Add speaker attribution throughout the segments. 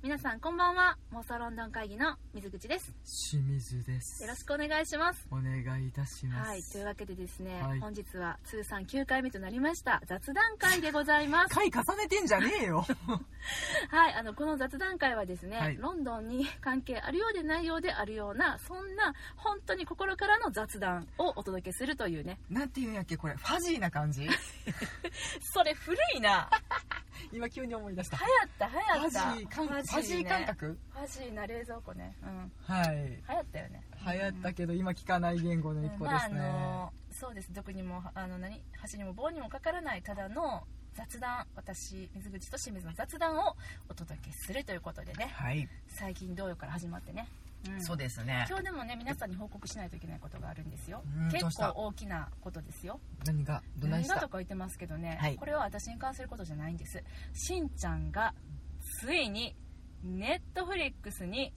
Speaker 1: 皆さんこんばんは妄想ロンドン会議の水口です
Speaker 2: 清水です。
Speaker 1: よろしくお願いします
Speaker 2: お願いいたします。
Speaker 1: はいというわけでですね、
Speaker 2: はい
Speaker 1: 本日は通算9回目となりました雑談会でござい ます
Speaker 2: 回重ねてんじゃねえよ。
Speaker 1: はいあのこの雑談会はですね、
Speaker 2: はい
Speaker 1: ロンドンに関係あるようでないようであるようなそんな本当に心からの雑談をお届けするというね
Speaker 2: なんて言うんやっけ、これ、ファジーな感じ。
Speaker 1: それ古いな
Speaker 2: 今急に思い出し
Speaker 1: 流
Speaker 2: た。
Speaker 1: 行った流
Speaker 2: フ
Speaker 1: 行っ
Speaker 2: ァジ
Speaker 1: た
Speaker 2: ー感
Speaker 1: フ
Speaker 2: 覚。フ
Speaker 1: ァ
Speaker 2: ァ
Speaker 1: ジ
Speaker 2: ジ
Speaker 1: ー
Speaker 2: ー
Speaker 1: ね
Speaker 2: 感覚。
Speaker 1: ファジーな冷蔵庫ねうん
Speaker 2: はい。
Speaker 1: 流行ったよね
Speaker 2: 流行ったけど、今聞かない言語の一個ですね。
Speaker 1: まあ、あのそうです毒にもあの何箸にも棒にもかからないただの雑談私水口と清水の雑談をお届けするということでね
Speaker 2: はい、
Speaker 1: 最近どうよから始まってね、うん
Speaker 2: そうですね。
Speaker 1: 今日でもね皆さんに報告しないといけないことがあるんですよ
Speaker 2: うんどう
Speaker 1: 結
Speaker 2: した
Speaker 1: 構大きなことですよ
Speaker 2: 何が、どないし
Speaker 1: 何が
Speaker 2: た
Speaker 1: と。か言ってますけどね、
Speaker 2: はい
Speaker 1: これは私に関することじゃないんですしんちゃんがついにネットフリックスに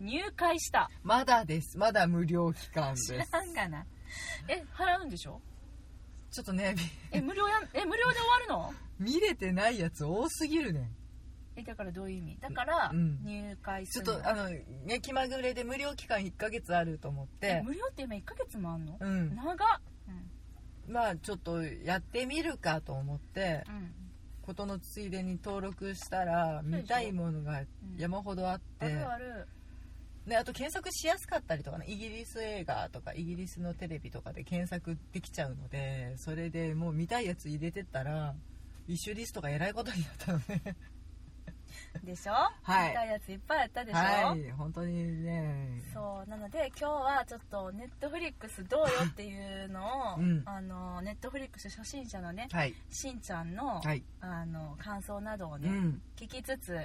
Speaker 1: 入会した
Speaker 2: まだです。まだ無料期間です
Speaker 1: 知。らんがなえ払うんでしょ
Speaker 2: ちょっとね、
Speaker 1: え無料やんえ無料で終わるの
Speaker 2: 見見れてないやつ多すぎるねん。
Speaker 1: えだからどういう意味だから
Speaker 2: うん
Speaker 1: 入会す
Speaker 2: ちょっ
Speaker 1: る
Speaker 2: と、あの、ね、気まぐれで無料期間1ヶ月あると思っ
Speaker 1: え
Speaker 2: て。
Speaker 1: 無料って今1ヶ月もあんの、
Speaker 2: うん。
Speaker 1: 長っうん
Speaker 2: まあちょっとやってみるかと思って
Speaker 1: うん
Speaker 2: ことのついでに登録したら
Speaker 1: そうでしょ
Speaker 2: 見たいものが
Speaker 1: うん
Speaker 2: 山ほどあって、
Speaker 1: あるある
Speaker 2: ね、あと検索しやすかったりとかねイギリス映画とかイギリスのテレビとかで検索できちゃうのでそれでもう見たいやつ入れてったら一周リストがえらいことになったのね
Speaker 1: でしょ、
Speaker 2: はい
Speaker 1: 見たいやついっぱいあったでしょ、
Speaker 2: はい本当にね
Speaker 1: そうなので今日はちょっとネットフリックスどうよっていうのを、
Speaker 2: うん
Speaker 1: あのネットフリックス初心者のね
Speaker 2: はい
Speaker 1: しんちゃんの,、
Speaker 2: はい
Speaker 1: あの感想などを
Speaker 2: う
Speaker 1: ね、
Speaker 2: ん
Speaker 1: 聞きつつ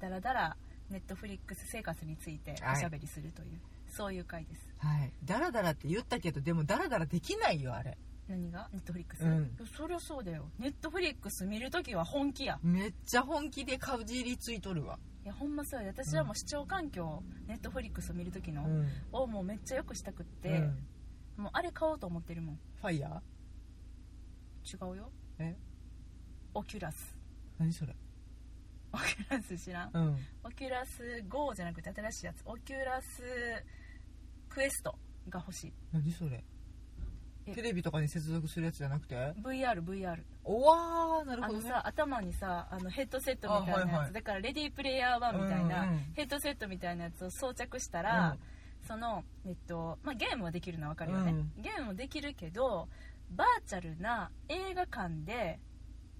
Speaker 1: だらだらネットフリックス生活についておしゃべりするという、そういう回です
Speaker 2: はいダラダラって言ったけどでもダラダラできないよあれ
Speaker 1: 何がネットフリックス、
Speaker 2: うん
Speaker 1: そりゃそうだよネットフリックス見るときは本気や
Speaker 2: めっちゃ本気でかじりついとるわ、
Speaker 1: いやほんまそうや私はもう視聴環境、ネットフリックスを見るときの、
Speaker 2: うん
Speaker 1: をもうめっちゃよくしたくって、
Speaker 2: うん
Speaker 1: もうあれ買おうと思ってるもん
Speaker 2: ファイヤー
Speaker 1: 違うよ
Speaker 2: え
Speaker 1: オキュ ラス
Speaker 2: 何それ
Speaker 1: オキュラス知らん
Speaker 2: うん
Speaker 1: オキュラス GO じゃなくて新しいやつオキュラスクエストが欲しい
Speaker 2: 何それ
Speaker 1: え
Speaker 2: テレビとかに接続するやつじゃなくて
Speaker 1: VRVR
Speaker 2: おわーなる
Speaker 1: あ
Speaker 2: ほ
Speaker 1: の
Speaker 2: どね
Speaker 1: さ頭にさあのヘッドセットみたいなやつ、
Speaker 2: あはいはい
Speaker 1: だからレディープレイヤー1みたいな、
Speaker 2: うんうん
Speaker 1: ヘッドセットみたいなやつを装着したら、その、えっとまあ、ゲームはできるのは分かるよね、
Speaker 2: うん
Speaker 1: ゲームもできるけどバーチャルな映画館で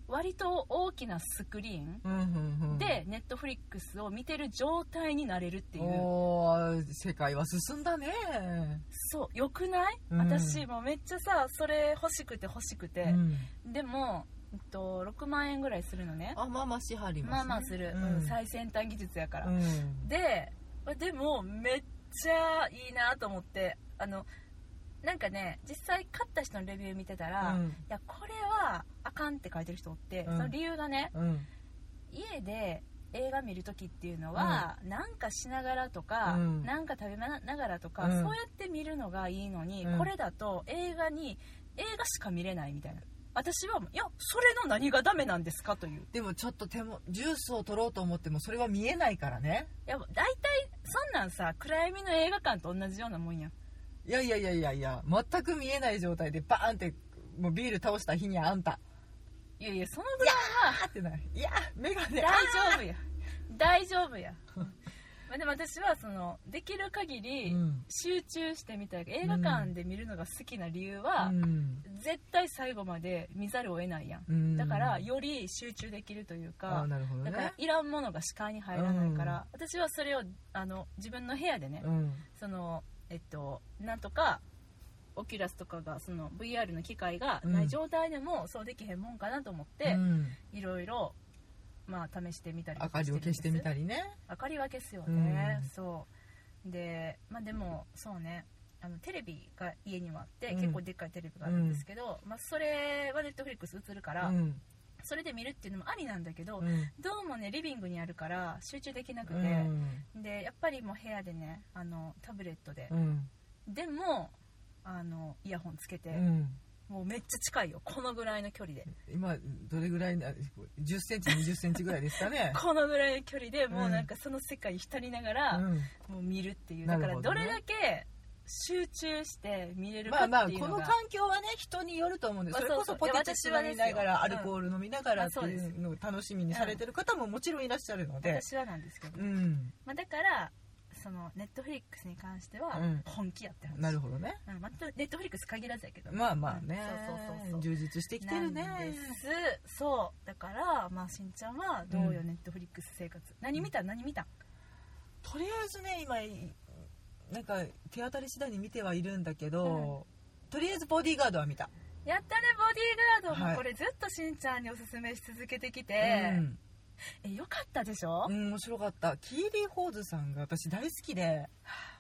Speaker 1: 割と大きなスクリーン
Speaker 2: うんうんうんうん
Speaker 1: でネットフリックスを見てる状態になれるっていう
Speaker 2: おー世界は進んだね
Speaker 1: そうよくない、
Speaker 2: うん
Speaker 1: 私もうめっちゃさそれ欲しくて欲しくて
Speaker 2: う、ん
Speaker 1: でも、えっと、6万円ぐらいするのね
Speaker 2: あまあまあしはりますね
Speaker 1: まあまあする、
Speaker 2: うん
Speaker 1: うん最先端技術やから、
Speaker 2: うん
Speaker 1: ででもめっちゃいいなと思ってあのなんかね実際買った人のレビュー見てたら、いやこれはあかんって書いてる人おって、
Speaker 2: うん
Speaker 1: その理由がね
Speaker 2: うんうん
Speaker 1: 家で映画見るときっていうのは、なんかしながらとか、
Speaker 2: うん
Speaker 1: なんか食べながらとか、
Speaker 2: うん
Speaker 1: そうやって見るのがいいのに、
Speaker 2: うん
Speaker 1: これだと映画に映画しか見れないみたいな私はもういやそれの何がダメなんですかという
Speaker 2: でもちょっと手もジュースを取ろうと思ってもそれは見えないからね
Speaker 1: いや大体そんなんさ暗闇の映画館と同じようなもんやん
Speaker 2: いやいやいやいやいや全く見えない状態でバーンってもうビール倒した日にあんた
Speaker 1: いやいやそのぐらい
Speaker 2: あってないいや眼鏡
Speaker 1: は大丈夫や大丈夫やまあでも私はそのできる限り
Speaker 2: うん
Speaker 1: 集中してみたい映画館で見るのが好きな理由は、
Speaker 2: うん
Speaker 1: 絶対最後まで見ざるを得ないやん、
Speaker 2: うん
Speaker 1: だからより集中できるという
Speaker 2: あ
Speaker 1: か、
Speaker 2: なるほど
Speaker 1: だから
Speaker 2: ね
Speaker 1: いらんものが視界に入らないから、私はそれをあの自分の部屋でね、
Speaker 2: うん
Speaker 1: そのえっとなんとかオキュラスとかがその VR の機械がない状態でもそうできへんもんかなと思って、
Speaker 2: うん
Speaker 1: いろいろまあ試してみたりと
Speaker 2: 明
Speaker 1: か
Speaker 2: かりを消してみ
Speaker 1: り
Speaker 2: たりね
Speaker 1: 明かりは消すよね、
Speaker 2: うん
Speaker 1: そうでまあでもそうねあのテレビが家にもあって、
Speaker 2: うん
Speaker 1: 結構でっかいテレビがあるんですけど、まあ、それはネットフリックス映るから、
Speaker 2: うん
Speaker 1: それで見るっていうのもありなんだけど、
Speaker 2: うん
Speaker 1: どうもねリビングにあるから集中できなくて、
Speaker 2: うん
Speaker 1: でやっぱりもう部屋でねあのタブレットで
Speaker 2: う、ん
Speaker 1: でもあのイヤホンつけて、
Speaker 2: うん
Speaker 1: もうめっちゃ近いよこのぐらいの距離で
Speaker 2: 今どれぐらいな1 0ンチ2 0ンチぐらいですか ね
Speaker 1: このぐらいの距離でもううんなんかその世界に浸りながら、
Speaker 2: うん
Speaker 1: もう見るっていう
Speaker 2: な
Speaker 1: だ
Speaker 2: る
Speaker 1: か
Speaker 2: ほど
Speaker 1: ら
Speaker 2: ね
Speaker 1: どれだけ集中して見れる
Speaker 2: ま
Speaker 1: か
Speaker 2: あま
Speaker 1: っ
Speaker 2: あ
Speaker 1: ていう
Speaker 2: こ
Speaker 1: のが、
Speaker 2: の環境はね人によると思うんで
Speaker 1: まあ
Speaker 2: それこそ
Speaker 1: そうそう
Speaker 2: ポテチ
Speaker 1: いや私は
Speaker 2: 飲
Speaker 1: で
Speaker 2: み
Speaker 1: すよ
Speaker 2: ながらア
Speaker 1: うん
Speaker 2: ルコール飲みながら
Speaker 1: あ
Speaker 2: って
Speaker 1: そう
Speaker 2: い
Speaker 1: です
Speaker 2: うのを楽しみにされてる方ももちろんいらっしゃるので
Speaker 1: 私はなんですけど、
Speaker 2: うん
Speaker 1: まあ、だからそのネットフリックスに関しては
Speaker 2: うん
Speaker 1: 本気やって話、
Speaker 2: なるほどね
Speaker 1: うんまあネットフリックス限らずやけど
Speaker 2: まあまあね
Speaker 1: そうそうそうそう
Speaker 2: 充実してきてるね
Speaker 1: なんですそうだから、まあ、しんちゃんはどうよ、
Speaker 2: うん
Speaker 1: ネットフリックス生活何見た何見た
Speaker 2: とりあえずね今いなんか手当たり次第に見てはいるんだけどとりあえずボディーガードは見た
Speaker 1: やったねボディーガードも、
Speaker 2: はい
Speaker 1: これずっとしんちゃんにおすすめし続けてきて、
Speaker 2: うん
Speaker 1: えよかったでしょ
Speaker 2: う、ん面白かったキーリー・ホーズさんが私大好きで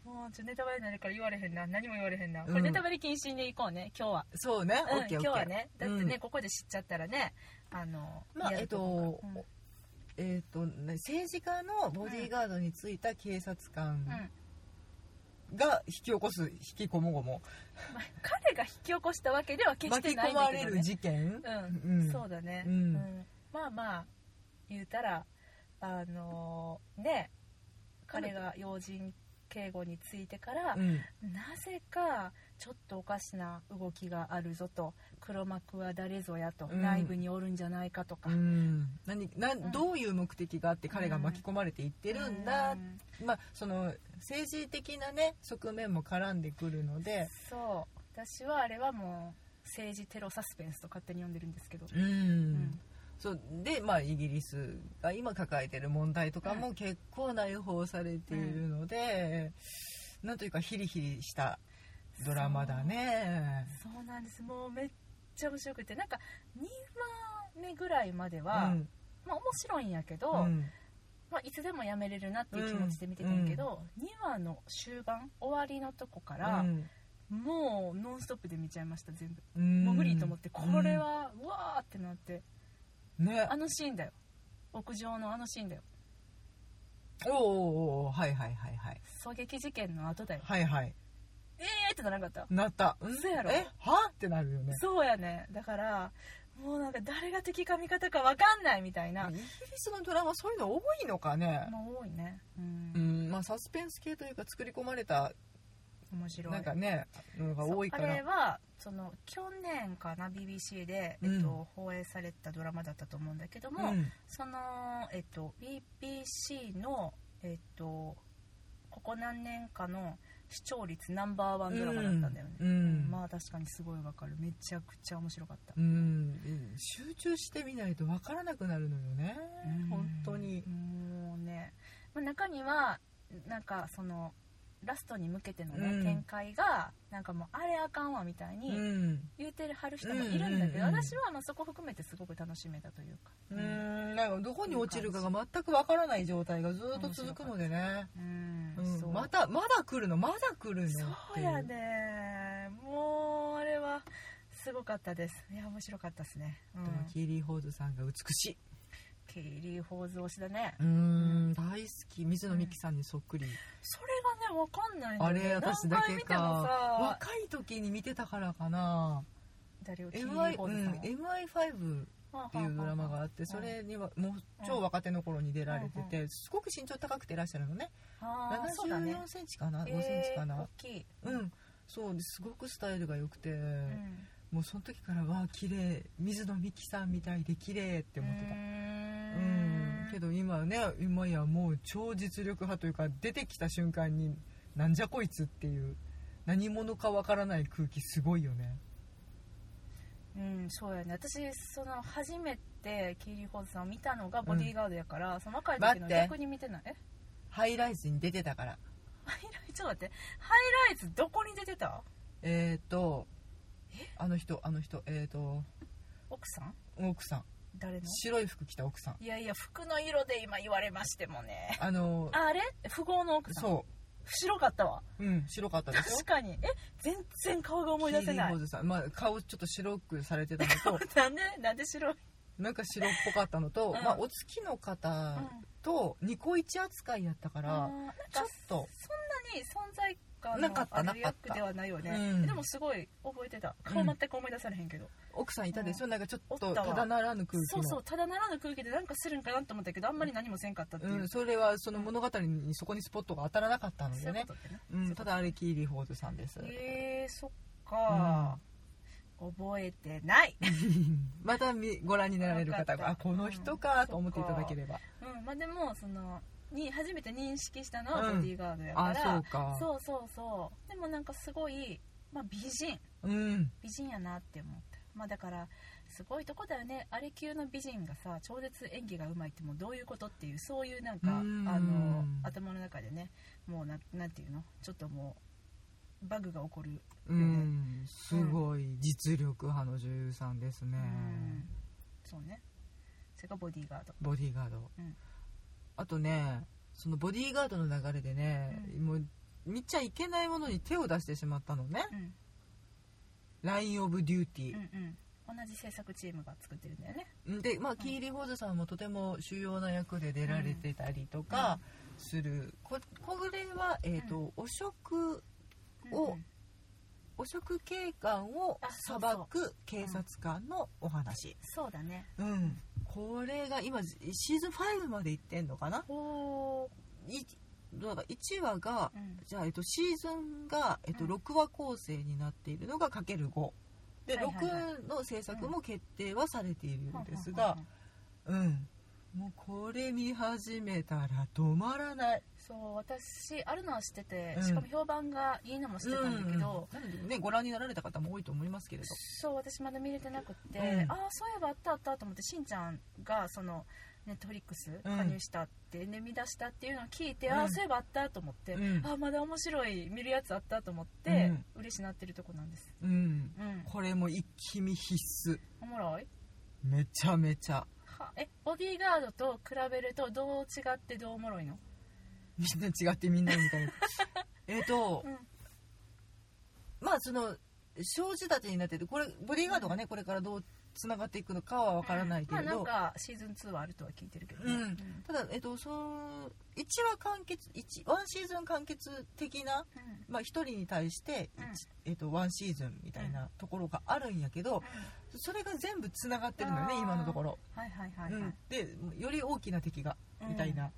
Speaker 1: もうちょっとネタバレになるから言われへんな何も言われへんな、こ
Speaker 2: う
Speaker 1: れ
Speaker 2: ん
Speaker 1: ネタバレ禁止でいこうね今日は、
Speaker 2: そうね
Speaker 1: うん
Speaker 2: OKOK、オッケー
Speaker 1: 今
Speaker 2: オ
Speaker 1: 日
Speaker 2: ッケー
Speaker 1: はねだってね、
Speaker 2: うん
Speaker 1: ここで知っちゃったらねあの
Speaker 2: まあ
Speaker 1: や
Speaker 2: えっ
Speaker 1: る
Speaker 2: と、
Speaker 1: 思うからうん
Speaker 2: おえっとね政治家のボディーガードについた警察官
Speaker 1: うん
Speaker 2: が引き起こす引きこもごも
Speaker 1: まあ彼が引き起こしたわけでは決し
Speaker 2: 巻
Speaker 1: て
Speaker 2: き
Speaker 1: ない
Speaker 2: 込
Speaker 1: んだ
Speaker 2: ま
Speaker 1: け
Speaker 2: れ
Speaker 1: ど、ね、
Speaker 2: る事件
Speaker 1: うん、
Speaker 2: うん
Speaker 1: そうだね、
Speaker 2: うん
Speaker 1: まあまあ言うたらあのーね彼が要人警護についてから、
Speaker 2: うん
Speaker 1: なぜかちょっとおかしな動きがあるぞと黒幕は誰ぞやと、
Speaker 2: うん
Speaker 1: 内部におるんじゃないかとか、
Speaker 2: うん何な
Speaker 1: うん
Speaker 2: どういう目的があって彼が巻き込まれていって
Speaker 1: い
Speaker 2: るんだ、まあ、その政治的な、ね、側面も絡んでくるので、
Speaker 1: そう私はあれはもう政治テロサスペンスと勝手に呼んでるんですけど、
Speaker 2: うん
Speaker 1: うん
Speaker 2: そうで、まあ、イギリスが今抱えてる問題とかも結構内包されているので、なんというかヒリヒリしたドラマだね。
Speaker 1: そうなんですもうめっちゃ面白くてなんか2話目ぐらいまで
Speaker 2: う
Speaker 1: は、
Speaker 2: ん
Speaker 1: まあ面白いんやけど、
Speaker 2: うん
Speaker 1: まあ、いつでもやめれるなっていう気持ちで見てたんやけど、2話の終盤終わりのとこから、もうノンストップで見ちゃいました全部
Speaker 2: うん
Speaker 1: もう無理と思ってこれは、うわーってなって
Speaker 2: うんね
Speaker 1: あのシーンだよ屋上のあのシーンだよ
Speaker 2: おうおうおうはいはいはいはい
Speaker 1: 狙撃事件の後だよ
Speaker 2: はいはい
Speaker 1: えーってならなかった
Speaker 2: なったうん
Speaker 1: 嘘やろ
Speaker 2: えはってなるよね
Speaker 1: そうやねだからもうなんか誰が敵か味方かわかんないみたいな
Speaker 2: イギリスのドラマそういうの多いのかね
Speaker 1: もう多いねう、
Speaker 2: うんんまあ、サスペンス系というか作り込まれた
Speaker 1: 面白い
Speaker 2: なんかねのが
Speaker 1: そう
Speaker 2: 多いか
Speaker 1: あれ
Speaker 2: ら
Speaker 1: はその去年かな BBC で、えっと
Speaker 2: うん
Speaker 1: 放映されたドラマだったと思うんだけども、
Speaker 2: うん
Speaker 1: その、えっと、BBC の、えっと、ここ何年かの視聴率ナンバーワンドラマだったんだよね、
Speaker 2: うんうん
Speaker 1: まあ確かにすごいわかるめちゃくちゃ面白かった、
Speaker 2: うん集中してみないとわからなくなるのよね
Speaker 1: うん
Speaker 2: 本当に
Speaker 1: もうね、まあ、中にはなんかそのラストに向けての、ね
Speaker 2: うん
Speaker 1: 展開がなんかもうあれあかんわみたいに、
Speaker 2: うん
Speaker 1: 言うてる春人もいるんだけど、
Speaker 2: うんうんうん
Speaker 1: 私はまあそこ含めてすごく楽しめたというか
Speaker 2: う、んなんかどこに落ちるかが全くわからない状態がずっと続くのでね
Speaker 1: うん
Speaker 2: うん
Speaker 1: そう
Speaker 2: またまだ来るのまだ来るの
Speaker 1: そうや
Speaker 2: ってい
Speaker 1: ねもうあれはすごかったですいや面白かったですね、うん
Speaker 2: あとはキーリー・ホーズさんが美しい
Speaker 1: ケイリー・ホーズ推しだね
Speaker 2: うん大好き水野美紀さんにそっくり
Speaker 1: それがねわかんないんだ
Speaker 2: あ
Speaker 1: よね
Speaker 2: れ私だ
Speaker 1: 何回
Speaker 2: け
Speaker 1: 見ても
Speaker 2: か
Speaker 1: さ
Speaker 2: 若い時に見てたからかな
Speaker 1: 誰をケイリー・ホーズさん
Speaker 2: MI5 っていうドラマがあってそれにはもう超若手の頃に出られててすごく身長高くていらっしゃるのね
Speaker 1: ああーそうだ
Speaker 2: 7
Speaker 1: ね
Speaker 2: 4センチかな
Speaker 1: え
Speaker 2: 5センチか
Speaker 1: ー
Speaker 2: な
Speaker 1: 大きい、
Speaker 2: うんそうですごくスタイルが良くて
Speaker 1: うん
Speaker 2: もうその時からわあ綺麗水野美紀さんみたいで綺麗って思ってた
Speaker 1: うー
Speaker 2: うんけど今ね今やもう超実力派というか出てきた瞬間になんじゃこいつっていう何者かわからない空気すごいよね
Speaker 1: うんそうやね私その初めてキーリー・ホーズさんを見たのがボディーガードやから、その若い時
Speaker 2: 待っ
Speaker 1: の
Speaker 2: て
Speaker 1: 逆に見てないえ
Speaker 2: ハイライズに出てたから
Speaker 1: ハイライトちょっと待ってハイライツどこに出てた
Speaker 2: えっ、ー、とあの人あの人えっ、ー、と
Speaker 1: 奥さん
Speaker 2: 奥さん
Speaker 1: 誰の
Speaker 2: 白い服着た奥さん
Speaker 1: いやいや服の色で今言われましてもね
Speaker 2: あの
Speaker 1: あれ富豪の奥さん
Speaker 2: そ
Speaker 1: 白かったわ
Speaker 2: ううん白かったでしょ
Speaker 1: 確かにえ全然顔が思い出せな
Speaker 2: キーリーホー
Speaker 1: い
Speaker 2: ズさん、まあ、顔ちょっと白くされてたのと
Speaker 1: なんでなんで白い、
Speaker 2: なんか白っぽかったのと、
Speaker 1: うん
Speaker 2: まあ、お月の方とニコイチ扱いやったか
Speaker 1: あーな
Speaker 2: ら、
Speaker 1: ん
Speaker 2: ちょっ
Speaker 1: か
Speaker 2: と
Speaker 1: そんなに存在かの
Speaker 2: なかった
Speaker 1: あの
Speaker 2: なかった
Speaker 1: 役ではないよね、
Speaker 2: うん
Speaker 1: でもすごい覚えてた顔全く思い出されへんけど、
Speaker 2: 奥さんいたでしょ、なんかちょっ
Speaker 1: お
Speaker 2: と
Speaker 1: った
Speaker 2: た
Speaker 1: わ
Speaker 2: だならぬ空気
Speaker 1: そ
Speaker 2: の
Speaker 1: うそうただならぬ空気でなんかするんかなと思ったけどあんまり何もせんかったっていう、
Speaker 2: うん、それはその物語にそこにスポットが当たらなかったの
Speaker 1: そうい
Speaker 2: で
Speaker 1: うこと
Speaker 2: ね
Speaker 1: ってね、
Speaker 2: うん、ただあれキーリー・フォードさんです、
Speaker 1: えー、そっか、覚えてない、
Speaker 2: また見ご覧になられる方
Speaker 1: よかった
Speaker 2: があこの人かと思っていただければ、
Speaker 1: うん、まあでもそのに初めて認識したのは
Speaker 2: うん
Speaker 1: ボディーガードやか
Speaker 2: あ
Speaker 1: ら、
Speaker 2: そうか
Speaker 1: そうそうそうでもなんかすごい、まあ、美人
Speaker 2: うん
Speaker 1: 美人やなって思ったまあだからすごいとこだよねあれ級の美人がさ超絶演技がうまいってもうどういうことっていうそういうなんか
Speaker 2: うん
Speaker 1: あの頭の中でねもうななんていうのちょっともうバグが起こる、
Speaker 2: うんすごい実力派の女優さんですね、
Speaker 1: うんそうねそれがボディーガード
Speaker 2: ボディーガード、
Speaker 1: うん
Speaker 2: あとねそのボディーガードの流れでね、もう見ちゃいけないものに手を出してしまったのね
Speaker 1: うん
Speaker 2: 「ライン・オブ・デューティ
Speaker 1: うんうん同じ制作チームが作ってるんだよね
Speaker 2: ー」で、まあ、キーリー・ホーズさんもとても主要な役で出られてたりとかする、ここれは、えーと汚職
Speaker 1: う
Speaker 2: お
Speaker 1: んうん
Speaker 2: 汚職警官を
Speaker 1: あそ
Speaker 2: 裁
Speaker 1: うそう
Speaker 2: く警察官のお話
Speaker 1: そうだね
Speaker 2: うんこれが今シーズン5までいってんのかな
Speaker 1: おー
Speaker 2: いだから1話が
Speaker 1: うん
Speaker 2: じゃあ、えっと、シーズンが、えっと、
Speaker 1: うん
Speaker 2: 6話構成になっているのがかける5で、
Speaker 1: はいはいはい
Speaker 2: 6の制作も決定はされているんです
Speaker 1: ほん
Speaker 2: が
Speaker 1: ほんほんほん
Speaker 2: うんもうこれ見始めたら止まらない、
Speaker 1: そう私あるのは知ってて、
Speaker 2: うん
Speaker 1: しかも評判がいいのも知ってたんだけど、
Speaker 2: なのでねご覧になられた方も多いと思いますけれど
Speaker 1: そう私まだ見れてなくって、
Speaker 2: うん
Speaker 1: ああそういえばあったあったと思ってしんちゃんがそのネットフリックス
Speaker 2: うん
Speaker 1: 加入したって、で見出したっていうのを聞いて、
Speaker 2: うん
Speaker 1: ああそういえばあったと思って、
Speaker 2: うん
Speaker 1: ああまだ面白い見るやつあったと思って、
Speaker 2: う
Speaker 1: 嬉しなってるとこなんです
Speaker 2: うん
Speaker 1: うん
Speaker 2: これも一気見必須
Speaker 1: おもろい
Speaker 2: めちゃめちゃ
Speaker 1: はえボディーガードと比べるとどう違ってどうおもろいの
Speaker 2: みんな違ってみんなみ たいなえっと
Speaker 1: うん
Speaker 2: まあその生じ立てになっててこれボディーガードがねこれからどうつながっていくのかは分からないけ
Speaker 1: まあ、
Speaker 2: れ
Speaker 1: な
Speaker 2: ど
Speaker 1: んかシーズン2はあるとは聞いてるけどね、
Speaker 2: うんただ、えっと、その1話完結1ワンシーズン完結的な、
Speaker 1: うん
Speaker 2: まあ、1人に対して、
Speaker 1: うん
Speaker 2: 一えっと、ワンシーズンみたいなところがあるんやけどそれが全部つながってるのよ
Speaker 1: あ
Speaker 2: ね
Speaker 1: ー
Speaker 2: 今のところ、
Speaker 1: はいはいはいはい、
Speaker 2: うんでより大きな敵がみたいな、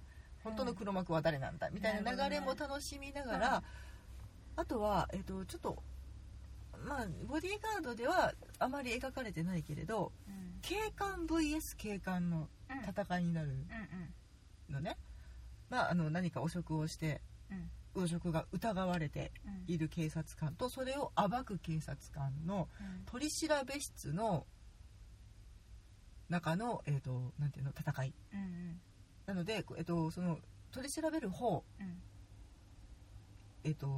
Speaker 2: 本当の黒幕は誰なんだみたいな流れも楽しみながら、
Speaker 1: なるほど
Speaker 2: あとは、えっと、ちょっと、まあ、ボディーガードではあまり描かれてないけれど
Speaker 1: うん、うん
Speaker 2: 警官 VS 警官の
Speaker 1: うん
Speaker 2: 戦いになる
Speaker 1: う
Speaker 2: のね、まあ、あの何か汚職をして
Speaker 1: んうん
Speaker 2: 汚職が疑われて
Speaker 1: うん
Speaker 2: いる警察官とそれを暴く警察官の
Speaker 1: うん
Speaker 2: 取調べ室の中の、えっとなんていうの戦い
Speaker 1: うんうん
Speaker 2: なので、えっとその取り調べる方
Speaker 1: うん
Speaker 2: えっと、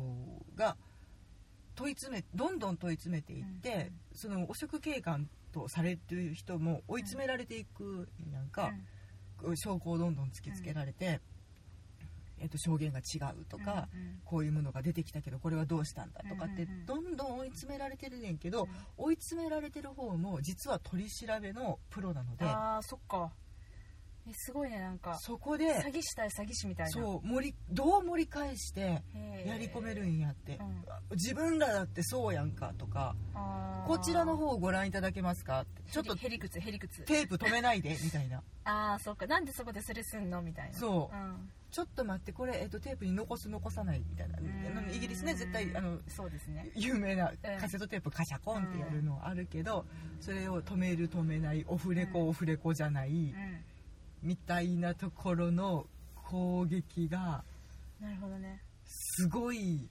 Speaker 2: が問い詰めどんどん問い詰めていって、
Speaker 1: うんうん
Speaker 2: その汚職警官とされてる人も追い詰められていくなんか、証拠をどんどん突きつけられて、えっと、証言が違うとか、
Speaker 1: うんうん
Speaker 2: こういうものが出てきたけどこれはどうしたんだとかって、
Speaker 1: うんうんうん
Speaker 2: どんどん追い詰められてるねんけど、
Speaker 1: うん
Speaker 2: 追い詰められてる方も実は取り調べのプロなので
Speaker 1: あーそっかえすごいねなんか
Speaker 2: そこで
Speaker 1: 詐欺師対詐欺師みたいな
Speaker 2: そう盛りどう盛り返して
Speaker 1: へー
Speaker 2: やり込めるんやって
Speaker 1: う、ん
Speaker 2: 自分らだってそうやんかとか。
Speaker 1: あー
Speaker 2: こちらの方をご覧いただけますかってちょっと
Speaker 1: へりくつへりくつ
Speaker 2: テープ止めない でみたいな
Speaker 1: ああそっかなんでそこでそれすんのみたいな
Speaker 2: そうんちょっと待ってこれ、えっと、テープに残す残さないみたいなあのイギリスね絶対あの
Speaker 1: そうですね
Speaker 2: 有名なカセットテープカシャコンってやるのあるけどそれを止める止めないオフレ
Speaker 1: うん
Speaker 2: コオフレコじゃな
Speaker 1: う
Speaker 2: い
Speaker 1: ん
Speaker 2: みたいなところの攻撃が
Speaker 1: なるほどね
Speaker 2: すごい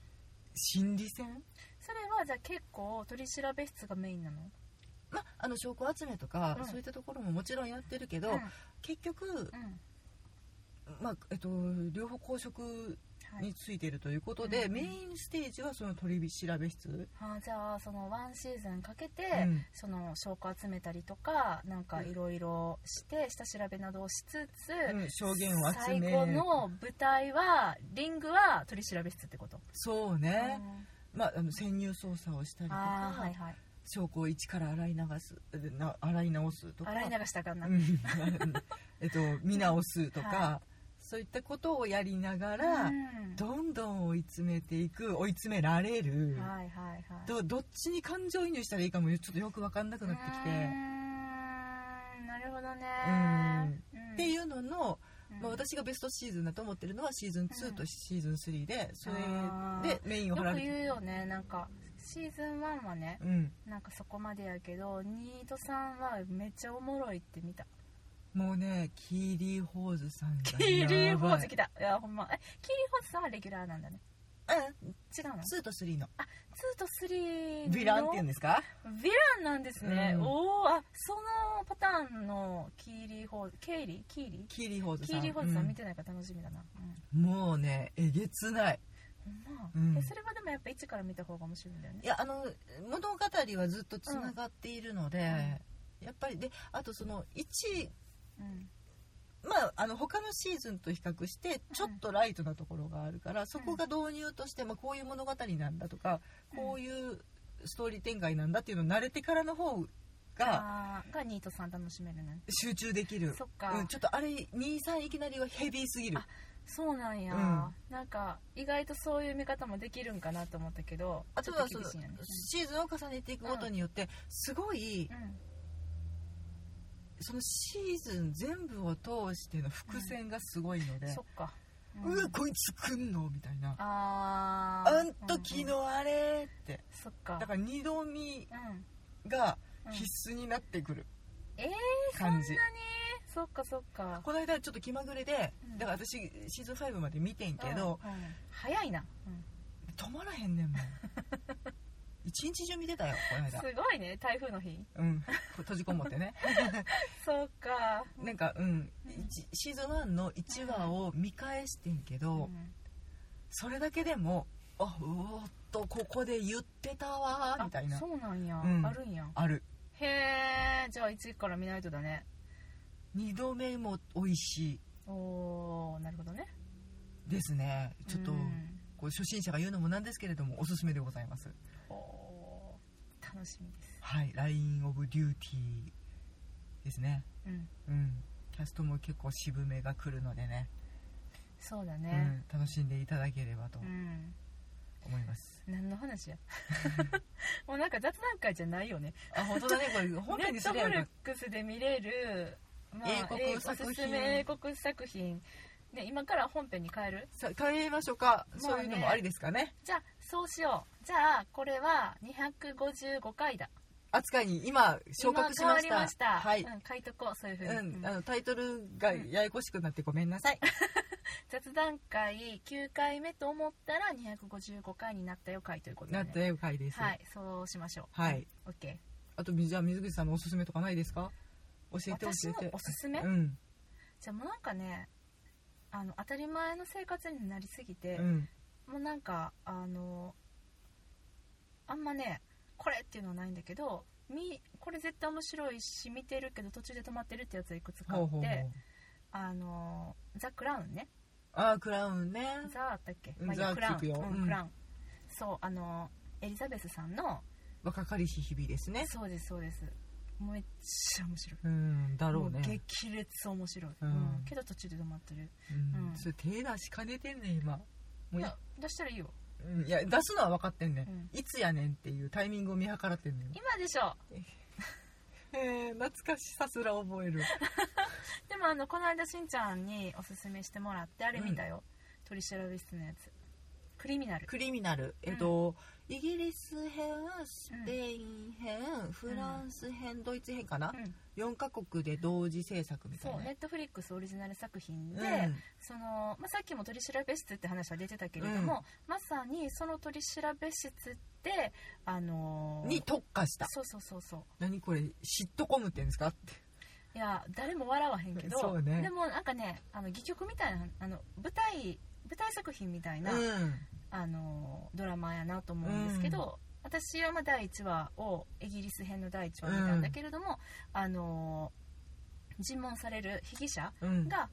Speaker 2: 心理戦
Speaker 1: それはじゃあ結構取り調べ室がメインなの
Speaker 2: まああの証拠集めとか、
Speaker 1: うん
Speaker 2: そういったところももちろんやってるけど、
Speaker 1: うん
Speaker 2: 結局、
Speaker 1: うん
Speaker 2: まあえっと、両方公職
Speaker 1: はい
Speaker 2: についているということで、
Speaker 1: うん
Speaker 2: メインステージはその取り調べ室
Speaker 1: あーじゃあそのワンシーズンかけて、
Speaker 2: うん
Speaker 1: その証拠集めたりとかなんかいろいろして下調べなどをしつつ、
Speaker 2: うん証言を集
Speaker 1: 最
Speaker 2: め
Speaker 1: 後の舞台はリングは取り調べ室ってこと
Speaker 2: そう
Speaker 1: え
Speaker 2: ね、まあ、あの潜入捜査をしたりと
Speaker 1: あ
Speaker 2: か、
Speaker 1: あはいはい
Speaker 2: 証拠を一から洗い流すえな洗い直すとか
Speaker 1: 洗い流したらあかんな、
Speaker 2: うんえっと、見直すとか、
Speaker 1: は
Speaker 2: そういったことをやりながら、
Speaker 1: うん
Speaker 2: どんどん追い詰めていく追い詰められる、
Speaker 1: はいはいはい
Speaker 2: どどっちに感情移入したらいいかもちょっとよく分かんなくなってきて、
Speaker 1: うー
Speaker 2: っ
Speaker 1: んなるほどねって
Speaker 2: いうのの、
Speaker 1: うん
Speaker 2: まあ、私がベストシーズンだと思ってるのはシーズン2とシーズン3でそれ
Speaker 1: あー
Speaker 2: でメイン
Speaker 1: よ
Speaker 2: を掘ら
Speaker 1: く
Speaker 2: れて
Speaker 1: 言うよねなんかシーズン1はね
Speaker 2: うん、
Speaker 1: なんかそこまでやけど2と3はめっちゃおもろいって見た
Speaker 2: もうねキーリー・ホーズさんが
Speaker 1: キーリー
Speaker 2: や
Speaker 1: ホ
Speaker 2: ば
Speaker 1: ー
Speaker 2: い
Speaker 1: ズ来たいやほんまえキーリーホーズさんはレギュラーなんだね
Speaker 2: うん
Speaker 1: 違うの
Speaker 2: 2と3の
Speaker 1: 2と3
Speaker 2: ヴ
Speaker 1: の
Speaker 2: ィランっていうんですか
Speaker 1: ヴィランなんですね、
Speaker 2: うん
Speaker 1: おおあそのパターンのキーリーホーケイリーキーリ
Speaker 2: キーリー・ホーズ
Speaker 1: ー
Speaker 2: さ
Speaker 1: キ
Speaker 2: ん
Speaker 1: ーリーホーズさ
Speaker 2: うんん
Speaker 1: 見てないから楽しみだな、うん
Speaker 2: もうねえげつない
Speaker 1: ほんま、
Speaker 2: うん
Speaker 1: えそれはでもやっぱ一から見た方が面白いんだよね
Speaker 2: いやあの物語はずっとつながっているので、やっぱりであとその1
Speaker 1: うん
Speaker 2: まあ、あの他のシーズンと比較してちょっとライトなところがあるから、そこが導入として、まあ、こういう物語なんだとか、
Speaker 1: うん
Speaker 2: こういうストーリー展開なんだっていうのを慣れてからの方が
Speaker 1: あーが2と3楽しめるね
Speaker 2: 集中できる
Speaker 1: そっか
Speaker 2: うん、ちょっとあれ23いきなりはヘビーすぎる
Speaker 1: あそうなんや、
Speaker 2: う
Speaker 1: なんか意外とそういう見方もできるんかなと思ったけど
Speaker 2: あ
Speaker 1: ち
Speaker 2: と
Speaker 1: ょっと
Speaker 2: はそ
Speaker 1: 厳
Speaker 2: の
Speaker 1: しいんやね
Speaker 2: シーズンを重ねていくことによってすごいそのシーズン全部を通しての伏線がすごいの
Speaker 1: うん
Speaker 2: で
Speaker 1: そっか、
Speaker 2: うわこいつ来んのみたいな
Speaker 1: ああ
Speaker 2: あん時のあれって
Speaker 1: そっか
Speaker 2: だから二度見
Speaker 1: うん
Speaker 2: が
Speaker 1: うん
Speaker 2: 必須になってくる
Speaker 1: えー、そんな
Speaker 2: 感
Speaker 1: に
Speaker 2: じ、
Speaker 1: そっかそっか
Speaker 2: この間ちょっと気まぐれで、
Speaker 1: うん
Speaker 2: だから私シーズン5まで見てんけど、
Speaker 1: うんうん早いな、うん
Speaker 2: 止まらへんねん もん一日中見てたよこの間
Speaker 1: す、ごいね台風の日
Speaker 2: うん、こう閉じこもって ね
Speaker 1: そうか
Speaker 2: なんかうん、
Speaker 1: うん
Speaker 2: 一シーズン1の1話を見返してんけど、
Speaker 1: うん
Speaker 2: それだけでもあうおーっとここで言ってたわーみたいな
Speaker 1: あそうなんや、
Speaker 2: うん
Speaker 1: あるんや
Speaker 2: ある
Speaker 1: へえじゃあ1から見ないとだね
Speaker 2: 2度目も美味し
Speaker 1: おーなるほどね
Speaker 2: いですねちょっと、
Speaker 1: うん
Speaker 2: こう初心者が言うのもなんですけれどもおすすめでございます
Speaker 1: おー楽しみです
Speaker 2: はい、ラインオブデューティーですね。
Speaker 1: うん
Speaker 2: うん。キャストも結構渋めが来るのでね、
Speaker 1: そうだね
Speaker 2: うん、楽しんでいただければと
Speaker 1: うん、
Speaker 2: 思います。
Speaker 1: 何の話やもうなんか雑談会じゃないよね
Speaker 2: あ、本当だね、これ、本
Speaker 1: ネ
Speaker 2: 編に
Speaker 1: ッ
Speaker 2: す
Speaker 1: ト
Speaker 2: りゃ
Speaker 1: フ
Speaker 2: よかっ
Speaker 1: ルックスで見れる、まあ
Speaker 2: 英国
Speaker 1: え
Speaker 2: 作品
Speaker 1: おすすめ英国作品ね今から本編に変える
Speaker 2: たさ変えましょうか、
Speaker 1: ね
Speaker 2: そういうのもありですかね。
Speaker 1: じゃあそうしようじゃあこれは255回だ
Speaker 2: 扱いに今、昇格しま
Speaker 1: 今変わ
Speaker 2: し
Speaker 1: り
Speaker 2: た。
Speaker 1: ました
Speaker 2: はい。
Speaker 1: うん、書いとこうそういうふう
Speaker 2: う
Speaker 1: に、
Speaker 2: ん
Speaker 1: う、ん
Speaker 2: あのタイトルがややこしくなってごめん なさい、
Speaker 1: 雑談会9回目と思ったら255回になったよ回ということで、
Speaker 2: な
Speaker 1: ね、
Speaker 2: ったよ回です
Speaker 1: はいそうしましょう
Speaker 2: はい
Speaker 1: OK
Speaker 2: あとじゃあ水口さんのおすすめとかないですか教えて教
Speaker 1: 私の
Speaker 2: えて
Speaker 1: おすすめ、
Speaker 2: うん
Speaker 1: じゃあもうなんかねあの当たり前の生活になりすぎて、
Speaker 2: うん
Speaker 1: もうなんかあのあんまねこれっていうのはないんだけどみこれ絶対面白いし見てるけど途中で止まってるってやつがいくつかあ
Speaker 2: ほう
Speaker 1: って
Speaker 2: ほうほう
Speaker 1: あのザ・クラウンね
Speaker 2: ああクラウンね
Speaker 1: ザだっけ、
Speaker 2: うん
Speaker 1: まあいいや
Speaker 2: ザ
Speaker 1: クラウ
Speaker 2: 聞くよ
Speaker 1: ン、う、
Speaker 2: うんん
Speaker 1: クラウンそうあのエリザベスさんの
Speaker 2: 若かりし日々ですね
Speaker 1: そうですそうですめっちゃ面白い
Speaker 2: うんだろう
Speaker 1: もう
Speaker 2: ね、
Speaker 1: 激烈面白い、う
Speaker 2: うんん
Speaker 1: けど途中で止まってる
Speaker 2: うん
Speaker 1: うん
Speaker 2: それ手出しかねてんねん今もう
Speaker 1: い
Speaker 2: い
Speaker 1: や出したらいいよ
Speaker 2: うんいや出すのは分かってんねん、
Speaker 1: うん
Speaker 2: いつやねんっていうタイミングを見計らってんねん今
Speaker 1: 今でしょ
Speaker 2: へえ懐かしさすら覚 える
Speaker 1: でもあのこの間しんちゃんにおすすめしてもらってあれ見たよ、取り調べ室のやつクリミナル
Speaker 2: クリミナルえっと、イギリス編スペイン編、フランス編ドイツ編かな、
Speaker 1: うん、
Speaker 2: 4カ国で同時制作みた
Speaker 1: そ
Speaker 2: いうな
Speaker 1: ネットフリックスオリジナル作品で、
Speaker 2: うん
Speaker 1: そのまあ、さっきも取り調べ室って話は出てたけれども、まさにその取り調べ室って、あのー
Speaker 2: に特化した
Speaker 1: そうそうそうそう
Speaker 2: 何これシットコムって言うんですかって
Speaker 1: いや誰も笑わへんけ
Speaker 2: そ
Speaker 1: ど、
Speaker 2: うね
Speaker 1: でもなんかねあの戯曲みたいなあの舞台舞台作品みたいな、
Speaker 2: ん
Speaker 1: あのドラマやなと思うんですけど、私はまあ第1話をイギリス編の第1話を見たんだけれども、あの尋問される被疑者
Speaker 2: うん
Speaker 1: が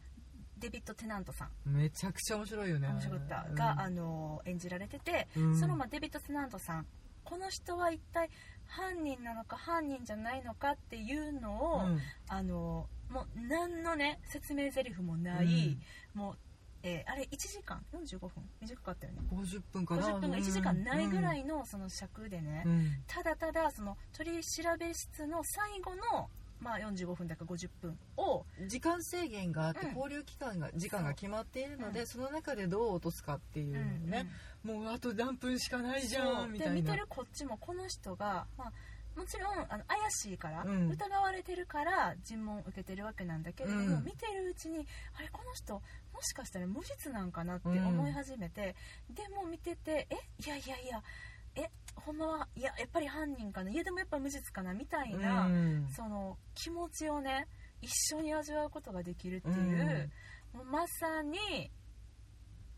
Speaker 1: デビッド・テナントさん
Speaker 2: めちゃくちゃ面白いよね
Speaker 1: 面白かった
Speaker 2: うん
Speaker 1: が、あの演じられてて、
Speaker 2: うん
Speaker 1: そのまあデビッド・テナントさんこの人は一体犯人なのか犯人じゃないのかっていうのを、
Speaker 2: うん
Speaker 1: あのもう何のね説明台詞もない、もう、えーあれ1時間45分短かったよね
Speaker 2: うん、50分かな
Speaker 1: 50分が1時間ないぐら
Speaker 2: い、
Speaker 1: いのその尺でね、
Speaker 2: うん
Speaker 1: ただただその取り調べ室の最後の、まあ、45分だか50分を
Speaker 2: うん時間制限があって
Speaker 1: うん
Speaker 2: 交留期間が時間が決まっているので、
Speaker 1: うん
Speaker 2: その中でどう落とすかっていうのをね、もうあと何分しかないじゃ
Speaker 1: そうん
Speaker 2: み
Speaker 1: で
Speaker 2: たい
Speaker 1: 見
Speaker 2: な
Speaker 1: てるこっちもこの人が、まあ、もちろんあの怪しいから、
Speaker 2: うん
Speaker 1: 疑われてるから尋問を受けてるわけなんだけれども、
Speaker 2: うん
Speaker 1: 見てるうちにあれこの人もしかしたら無実なんかなって思い始めて、でも見ててえいやいやいやえほんまはいややっぱり犯人かないやでもやっぱ無実かなみたいな、
Speaker 2: うん
Speaker 1: その気持ちをね一緒に味わうことができるっていうう、
Speaker 2: ん
Speaker 1: もうまさに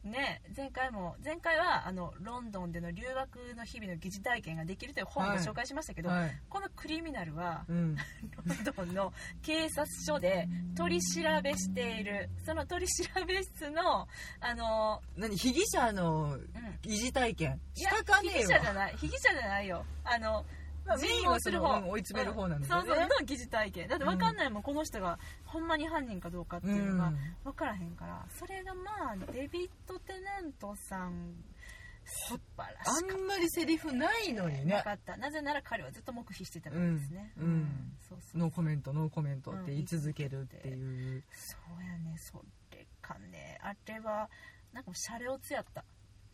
Speaker 1: ね前回も前回はあのロンドンでの留学の日々の疑似体験ができるという本をご紹介しましたけど、
Speaker 2: はい
Speaker 1: このクリミナルは
Speaker 2: うん、
Speaker 1: ロンドンの警察署で取り調べしているその取り調べ室のあの
Speaker 2: 何被疑者の
Speaker 1: うん
Speaker 2: 疑似体験
Speaker 1: い
Speaker 2: し
Speaker 1: や
Speaker 2: たか
Speaker 1: 被
Speaker 2: ね
Speaker 1: 疑
Speaker 2: え
Speaker 1: 者じゃ
Speaker 2: わ
Speaker 1: ない被疑者じゃないよあの
Speaker 2: まあメインはそ
Speaker 1: 尋問す
Speaker 2: の
Speaker 1: る方
Speaker 2: うん追い詰める方なんだけどね
Speaker 1: そうそうの疑似体験だって分かんないもん、この人がほんまに犯人かどうかっていうのが、分からへんからそれがまあデビッド・テナントさん素晴ら
Speaker 2: あ
Speaker 1: しかっ
Speaker 2: んまりセリフないのに
Speaker 1: たな
Speaker 2: ね
Speaker 1: かったなぜなら彼はずっと黙秘してたからですね
Speaker 2: うんうん
Speaker 1: そうそう
Speaker 2: ノーコメントノーコメントって言い続けるっていう、
Speaker 1: そうやねそれかねあれはなんかもうシャレオツやった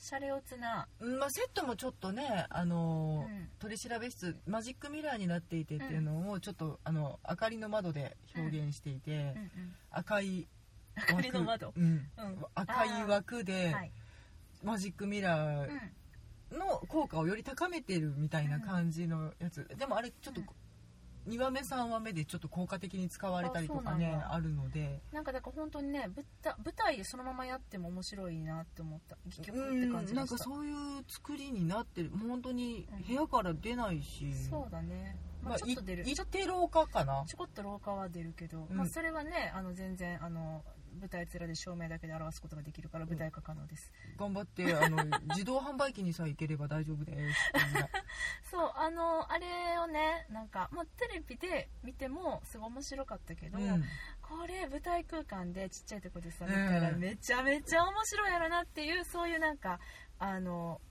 Speaker 1: シャレオツな、
Speaker 2: うんまあ、セットもちょっとねあの
Speaker 1: う
Speaker 2: ー
Speaker 1: ん
Speaker 2: 取り調べ室マジックミラーになっていてっていうのをちょっとあの明かりの窓で表現していて、
Speaker 1: うんうん、
Speaker 2: 赤い
Speaker 1: 明かりの窓、
Speaker 2: うん
Speaker 1: うん
Speaker 2: 赤い枠で
Speaker 1: はい、
Speaker 2: マジックミラ
Speaker 1: う
Speaker 2: ー
Speaker 1: ん
Speaker 2: の効果をより高めてるみたいな感じのやつ、でもあれちょっと
Speaker 1: うん
Speaker 2: 2話目3話目でちょっと効果的に使われたりとか
Speaker 1: あそう
Speaker 2: ね
Speaker 1: なんだ
Speaker 2: あるので
Speaker 1: なんかだから本当にね舞台舞台でそのままやっても面白いなって思った戯曲って感
Speaker 2: う
Speaker 1: じ
Speaker 2: んな
Speaker 1: が
Speaker 2: ん
Speaker 1: した
Speaker 2: かそういう作りになってるもう本当に
Speaker 1: うん
Speaker 2: 部屋から出ないし、
Speaker 1: そうだね、ま
Speaker 2: ま
Speaker 1: あ、
Speaker 2: あ、
Speaker 1: ちょっと出る
Speaker 2: い一定廊下かな
Speaker 1: ちょこっと廊下は出るけど、
Speaker 2: うん
Speaker 1: まあ、それはねあの全然あの舞台面で照明だけで表すことができるから舞台化可能です、
Speaker 2: 頑張って あの自動販売機にさえ行ければ大丈夫ですっていうぐらい
Speaker 1: そうあのあれをねなんか、まあ、テレビで見てもすごい面白かったけど、
Speaker 2: うん
Speaker 1: これ舞台空間でちっちゃいとこでさ
Speaker 2: うん
Speaker 1: 見たらめちゃめちゃ面白いやろなっていうそういうなんかあの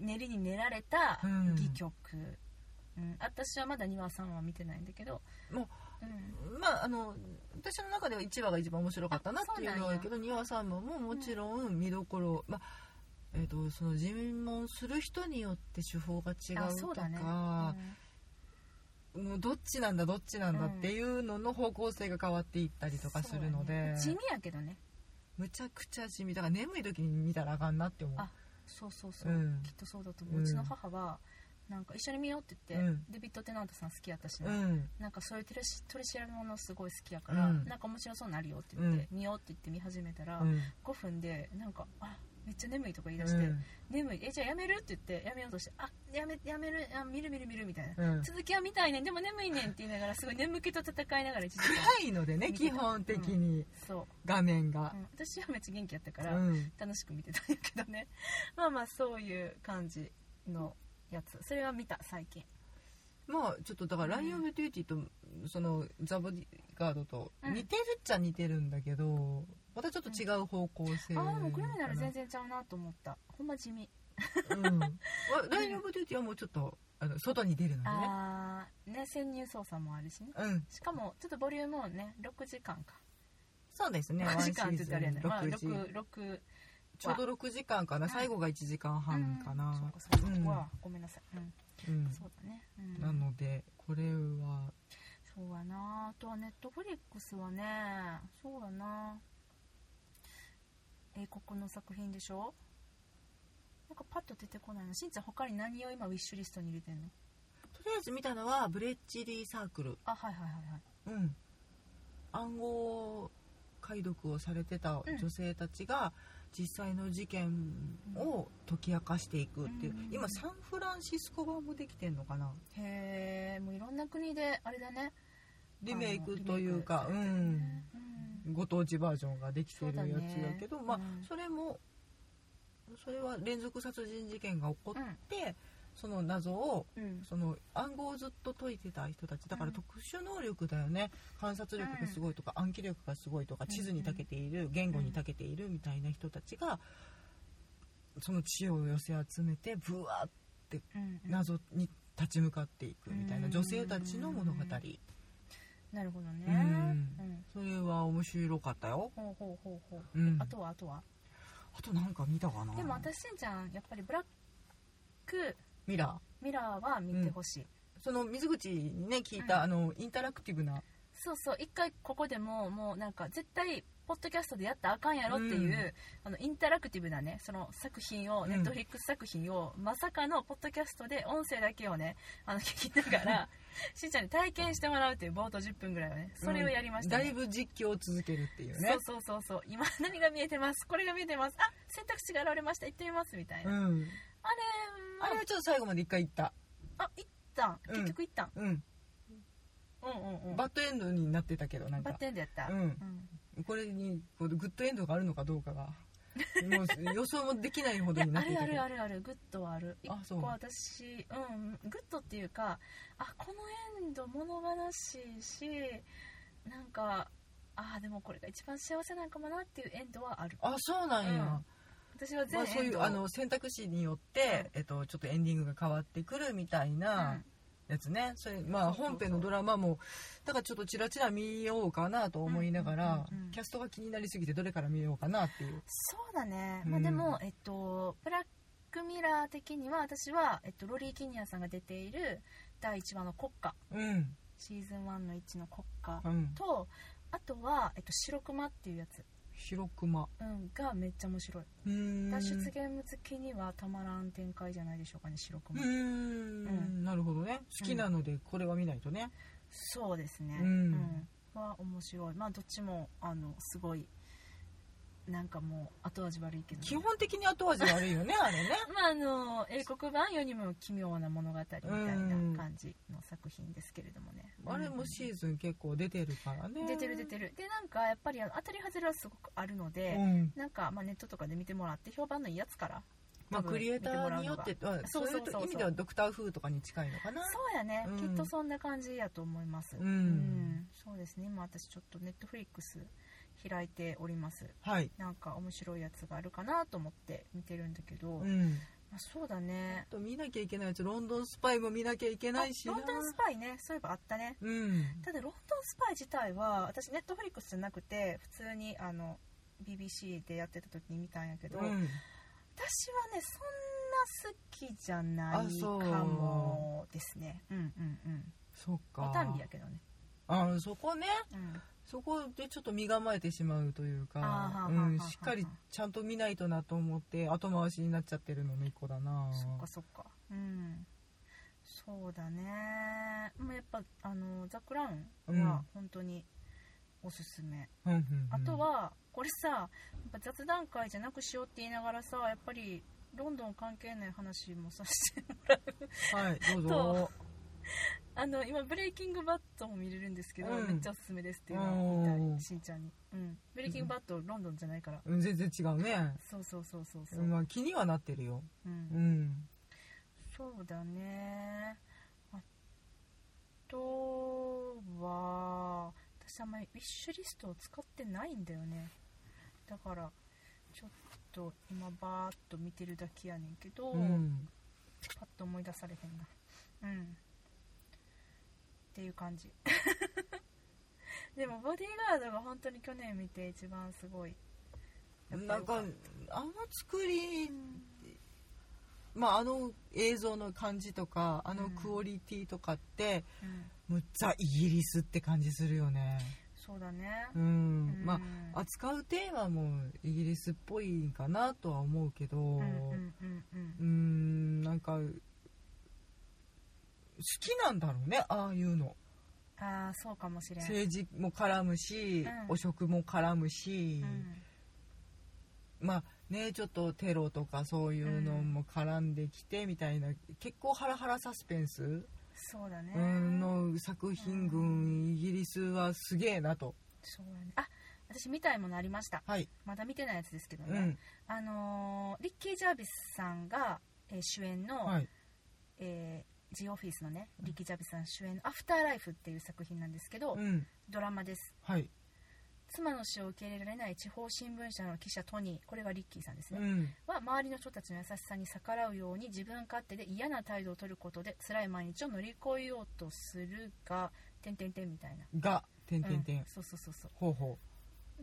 Speaker 1: 練りに練られた
Speaker 2: うん
Speaker 1: 戯曲、うん私はまだ2話3話見てないんだけど
Speaker 2: も
Speaker 1: う、ん、
Speaker 2: まああの私の中では1話が一番面白かったなっていうのはあるけど2話3話ももちろん見どころ、まあえー、とその尋問する人によって手法が違
Speaker 1: あ
Speaker 2: う
Speaker 1: そ
Speaker 2: と
Speaker 1: うだね、
Speaker 2: か
Speaker 1: うん
Speaker 2: もうどっちなんだどっちなんだっていうのの方向性が変わっていったりとかするの
Speaker 1: そう
Speaker 2: で、
Speaker 1: やね地味やけどね
Speaker 2: むちゃくちゃ地味だから眠い時に見たらあかんなって思う
Speaker 1: あそうそうそう、
Speaker 2: うん
Speaker 1: きっとそうだと思う、う
Speaker 2: うん
Speaker 1: ちの母はなんか一緒に見ようって言って、
Speaker 2: うん
Speaker 1: デビッド・テナントさん好きやったし
Speaker 2: う
Speaker 1: な、
Speaker 2: ん
Speaker 1: なんかそういう取りし取り調べ物すごい好きやから、
Speaker 2: うん
Speaker 1: なんか面白そうなるよって言って、見ようって言って見始めたら、
Speaker 2: うん
Speaker 1: 5分でなんかあめっちゃ眠いとか言い出
Speaker 2: う
Speaker 1: して、
Speaker 2: ん
Speaker 1: 眠いえじゃあやめるって言ってやめようとしてあやめやめるあ見る見る見るみたいな、
Speaker 2: うん
Speaker 1: 続きは見たいねんでも眠いねんって言いながらすごい眠気と戦いながら1時間
Speaker 2: 暗いのでね基本的に
Speaker 1: そう、
Speaker 2: 画面が
Speaker 1: う、ん私はめっちゃ元気やったか
Speaker 2: う
Speaker 1: ら、
Speaker 2: ん
Speaker 1: 楽しく見てたんやけどね まあまあそういう感じのやつそれは見た最近
Speaker 2: まあちょっとだから「ライオン・オブ・デューティー」とその「ザ・ボディガード」と似てるっちゃ似てるんだけどまたちょっと違う方向性
Speaker 1: あ
Speaker 2: か
Speaker 1: あ
Speaker 2: な、
Speaker 1: ーもうクリミナル全然ちゃうなと思ったほんま地味
Speaker 2: うんわライオン・オブ・デューティーはもうちょっとあの外に出るのでね
Speaker 1: ああね潜入捜査もあるしね
Speaker 2: うん
Speaker 1: しかもちょっとボリュームをね6時間か
Speaker 2: そうです ね
Speaker 1: 6時間って言っ
Speaker 2: ワンシーズ
Speaker 1: たらあれやね
Speaker 2: ン
Speaker 1: まあ
Speaker 2: 6時
Speaker 1: 6 6
Speaker 2: ちょうど6時間かな最後が1時間半か
Speaker 1: うんそう
Speaker 2: な
Speaker 1: かそうか
Speaker 2: うん
Speaker 1: そこはごめんなさいうん
Speaker 2: うん
Speaker 1: そうだねうん
Speaker 2: なのでこれは
Speaker 1: そうやなあとはネットフリックスはねそうやな英国の作品でしょなんかパッと出てこないなしんちゃん他に何を今ウィッシュリストに入れてんの
Speaker 2: とりあえず見たのはブレッジリーサークル、
Speaker 1: あはいはいはいはい
Speaker 2: うん、暗号解読をされてた
Speaker 1: うん
Speaker 2: 女性たちが実際の事件を解き明かしていくっていう、
Speaker 1: うん
Speaker 2: 今サンフランシスコ版もできてんのかな
Speaker 1: へえもういろんな国であれだね
Speaker 2: リメイクというか
Speaker 1: あ
Speaker 2: う
Speaker 1: のリメイク
Speaker 2: ん
Speaker 1: うん
Speaker 2: ご当地バージョンができてるやつやけど、
Speaker 1: そうだね
Speaker 2: まあ
Speaker 1: うん
Speaker 2: それもそれは連続殺人事件が起こっ
Speaker 1: うん
Speaker 2: て、その謎を
Speaker 1: うん
Speaker 2: その暗号をずっと解いてた人たちだから
Speaker 1: うん
Speaker 2: 特殊能力だよね、観察力がすごいとか暗記力がすごいとか
Speaker 1: ん
Speaker 2: 地図に長けている言語に長けているみたいな人たちがその知恵を寄せ集めてブワーって
Speaker 1: うんうん
Speaker 2: 謎に立ち向かっていくみたいな
Speaker 1: うん
Speaker 2: 女性たちの物語
Speaker 1: なるほどね、
Speaker 2: う
Speaker 1: うんん
Speaker 2: それは面白かったよ、
Speaker 1: ほうほうほうほう
Speaker 2: うん、
Speaker 1: あとはあとは
Speaker 2: あとなんか見たかな
Speaker 1: でも私しんちゃんやっぱりブラック
Speaker 2: ミラー
Speaker 1: ミラーは見てほしい、
Speaker 2: その水口にね聞いた、
Speaker 1: うん
Speaker 2: あのインタラクティブな
Speaker 1: そうそう一回ここでももうなんか絶対ポッドキャストでやったらあかんやろっていう、
Speaker 2: うん
Speaker 1: あのインタラクティブなねその作品を
Speaker 2: うん
Speaker 1: ネットフリックス作品を、まさかのポッドキャストで音声だけをねあの聞きなが らしんちゃんに体験してもらうっていう冒頭10分ぐらいをねそれをやりました、
Speaker 2: だい
Speaker 1: ね
Speaker 2: ぶ実況を続けるっていうね
Speaker 1: そうそうそうそう今何が見えてますこれが見えてますあ選択肢が現れました行ってみますみたいな、
Speaker 2: うん、
Speaker 1: あれ
Speaker 2: あれはちょっと最後まで一回行った、
Speaker 1: あ行ったん
Speaker 2: うん
Speaker 1: 結局行ったん、
Speaker 2: うん、
Speaker 1: うん、うんうん
Speaker 2: バッドエンドになってたけどなん
Speaker 1: バ
Speaker 2: か
Speaker 1: ッテンでやった、
Speaker 2: うんこれにこうグッドエンドがあるのかどう かがもう予想もできないほ
Speaker 1: い
Speaker 2: ど
Speaker 1: や
Speaker 2: にな
Speaker 1: あ
Speaker 2: ってい
Speaker 1: る
Speaker 2: た
Speaker 1: あ
Speaker 2: けど
Speaker 1: るあるあるグッドはある一
Speaker 2: あそう
Speaker 1: 個私うんグッドっていうかあこのエンド物悲しいしなんかあーでもこれが一番幸せなんかもなっていうエンドはある
Speaker 2: あそうなんや、
Speaker 1: うん私は全
Speaker 2: まあ、そう
Speaker 1: エ
Speaker 2: い
Speaker 1: ンド
Speaker 2: う
Speaker 1: を
Speaker 2: あの選択肢によって、えっと、ちょっとエンディングが変わってくるみたいなやつね、それまあ
Speaker 1: そうそうそう
Speaker 2: 本編のドラマもだからちょっとちらちら見ようかなと思いながら、
Speaker 1: うんうんうんうん
Speaker 2: キャストが気になりすぎてどれから見ようかなっていう
Speaker 1: そうだね、
Speaker 2: うん
Speaker 1: まあ、でも、えっと、ブラックミラー的には私は、えっと、ロリー・キニアさんが出ている第1話の国歌
Speaker 2: うん
Speaker 1: シーズン1の1の国歌
Speaker 2: うん
Speaker 1: とあとは、えっと、白熊っていうやつ、
Speaker 2: 白熊
Speaker 1: うん、がめっちゃ面白いう
Speaker 2: ーん
Speaker 1: 脱出ゲーム好きにはたまらん展開じゃないでしょうかね白
Speaker 2: う
Speaker 1: 熊、
Speaker 2: ーん、
Speaker 1: うん
Speaker 2: なるほどね好きなのでこれは見ないとね、
Speaker 1: そうですね、
Speaker 2: うん
Speaker 1: うんは面白いまあどっちもあのすごいなんかもう後味悪いけどね、
Speaker 2: 基本的に後味悪いよ ねあれね
Speaker 1: まあ、あの英国版よりも奇妙な物語みたい
Speaker 2: うん
Speaker 1: な感じの作品ですけれどもね、
Speaker 2: あれもシーズン結構出てるからね
Speaker 1: 出てる出てるでなんかやっぱりあの当たり外れはすごくあるので、
Speaker 2: うん
Speaker 1: なんか、まあ、ネットとかで見てもらって評判のいいやつから
Speaker 2: ま
Speaker 1: 多
Speaker 2: あ、
Speaker 1: 分
Speaker 2: クリエイターによって
Speaker 1: 見
Speaker 2: あ
Speaker 1: そ
Speaker 2: そう
Speaker 1: う
Speaker 2: い
Speaker 1: そううそうそう
Speaker 2: 意味ではドクター・フーとかに近いのかな
Speaker 1: そうやね、
Speaker 2: うん
Speaker 1: きっとそんな感じやと思います
Speaker 2: うん
Speaker 1: そうですね今私ちょっとネットフリックス開いております
Speaker 2: はい、
Speaker 1: なんか面白いやつがあるかなと思って見てるんだけど、
Speaker 2: う
Speaker 1: ま
Speaker 2: ん、
Speaker 1: あ、そうだ
Speaker 2: あ
Speaker 1: ね
Speaker 2: と見なきゃいけないやつロンドンスパイも見なきゃいけないし
Speaker 1: あ
Speaker 2: な
Speaker 1: ロンドンスパイねそういえばあったね
Speaker 2: うん
Speaker 1: ただロンドンスパイ自体は私ネットフリックスじゃなくて普通にあの BBC でやってた時に見たんやけど、
Speaker 2: うん
Speaker 1: 私はねそんな好きじゃな
Speaker 2: あ
Speaker 1: い
Speaker 2: そう
Speaker 1: かもですねうんうんうん
Speaker 2: そっ
Speaker 1: お
Speaker 2: か
Speaker 1: たんびやけどね、
Speaker 2: あそこね
Speaker 1: うん、
Speaker 2: そこでちょっと身構えてしまうというか
Speaker 1: あ、ーはーは
Speaker 2: う
Speaker 1: ーはー
Speaker 2: ん、しっかりちゃんと見ないとなと思って後回しになっちゃってるのの一個だな
Speaker 1: そっかそっかうんそうだねまあやっぱあのザ・クラウンは本当におすすめ、
Speaker 2: うんうんうん
Speaker 1: あとはこれさやっぱ雑談会じゃなくしようって言いながらさやっぱりロンドン関係ない話もさせて
Speaker 2: はいどうぞ
Speaker 1: とあの今「ブレイキングバット」も見れるんですけど、
Speaker 2: うん
Speaker 1: めっちゃおすすめですっていうのを言い
Speaker 2: お
Speaker 1: た
Speaker 2: ー
Speaker 1: いしんちゃんに、うん、ブレイキングバットロンドンじゃないから、
Speaker 2: うん全然違うね、
Speaker 1: そうそうそうそうそう、
Speaker 2: うんまあ、気にはなってるよ
Speaker 1: うん
Speaker 2: うん
Speaker 1: そうだねあとは私あんまりウィッシュリストを使ってないんだよねだからちょっと今バーっと見てるだけやねんけど、
Speaker 2: うん
Speaker 1: パッと思い出されへんなうんっていう感じ でもボディーガードが本当に去年見て一番すごいやっぱ
Speaker 2: な
Speaker 1: よ
Speaker 2: ん
Speaker 1: か
Speaker 2: か
Speaker 1: った
Speaker 2: あの作り
Speaker 1: うん
Speaker 2: まあ、あの映像の感じとかあの
Speaker 1: うん
Speaker 2: クオリティとかって、
Speaker 1: うん
Speaker 2: もうザ・イギリスって感じするよね
Speaker 1: そうだね、
Speaker 2: うん、
Speaker 1: うん
Speaker 2: まあ扱うテーマもイギリスっぽいかなとは思うけどう
Speaker 1: うんんうんうんうん
Speaker 2: なんか好きなんだろうねああいうの
Speaker 1: ああそうかもしれん、
Speaker 2: 政治も絡むし、
Speaker 1: うん
Speaker 2: 汚職も絡むし、
Speaker 1: うん
Speaker 2: まあねちょっとテロとかそういうのも絡んできてみたいな結構ハラハラサスペンス
Speaker 1: そうだね、
Speaker 2: うんの作品群イギリスはすげえなと
Speaker 1: そうやねあ私見たいものありました
Speaker 2: はい
Speaker 1: まだ見てないやつですけど
Speaker 2: う
Speaker 1: ね、
Speaker 2: ん
Speaker 1: あのーリッキー・ジャービスさんが、えー主演の、
Speaker 2: はい
Speaker 1: えージオフィスのねリキ・ジャビさん主演の「アフターライフ」っていう作品なんですけど、
Speaker 2: うん
Speaker 1: ドラマです
Speaker 2: はい
Speaker 1: 妻の死を受け入れられない地方新聞社の記者トニーこれはリッキーさんです
Speaker 2: う
Speaker 1: ね、
Speaker 2: ん
Speaker 1: は周りの人たちの優しさに逆らうように自分勝手で嫌な態度を取ることで辛い毎日を乗り越えようとするが点々点みたいな、
Speaker 2: が点
Speaker 1: うん
Speaker 2: 点点
Speaker 1: そうそうそうそ
Speaker 2: ほうほ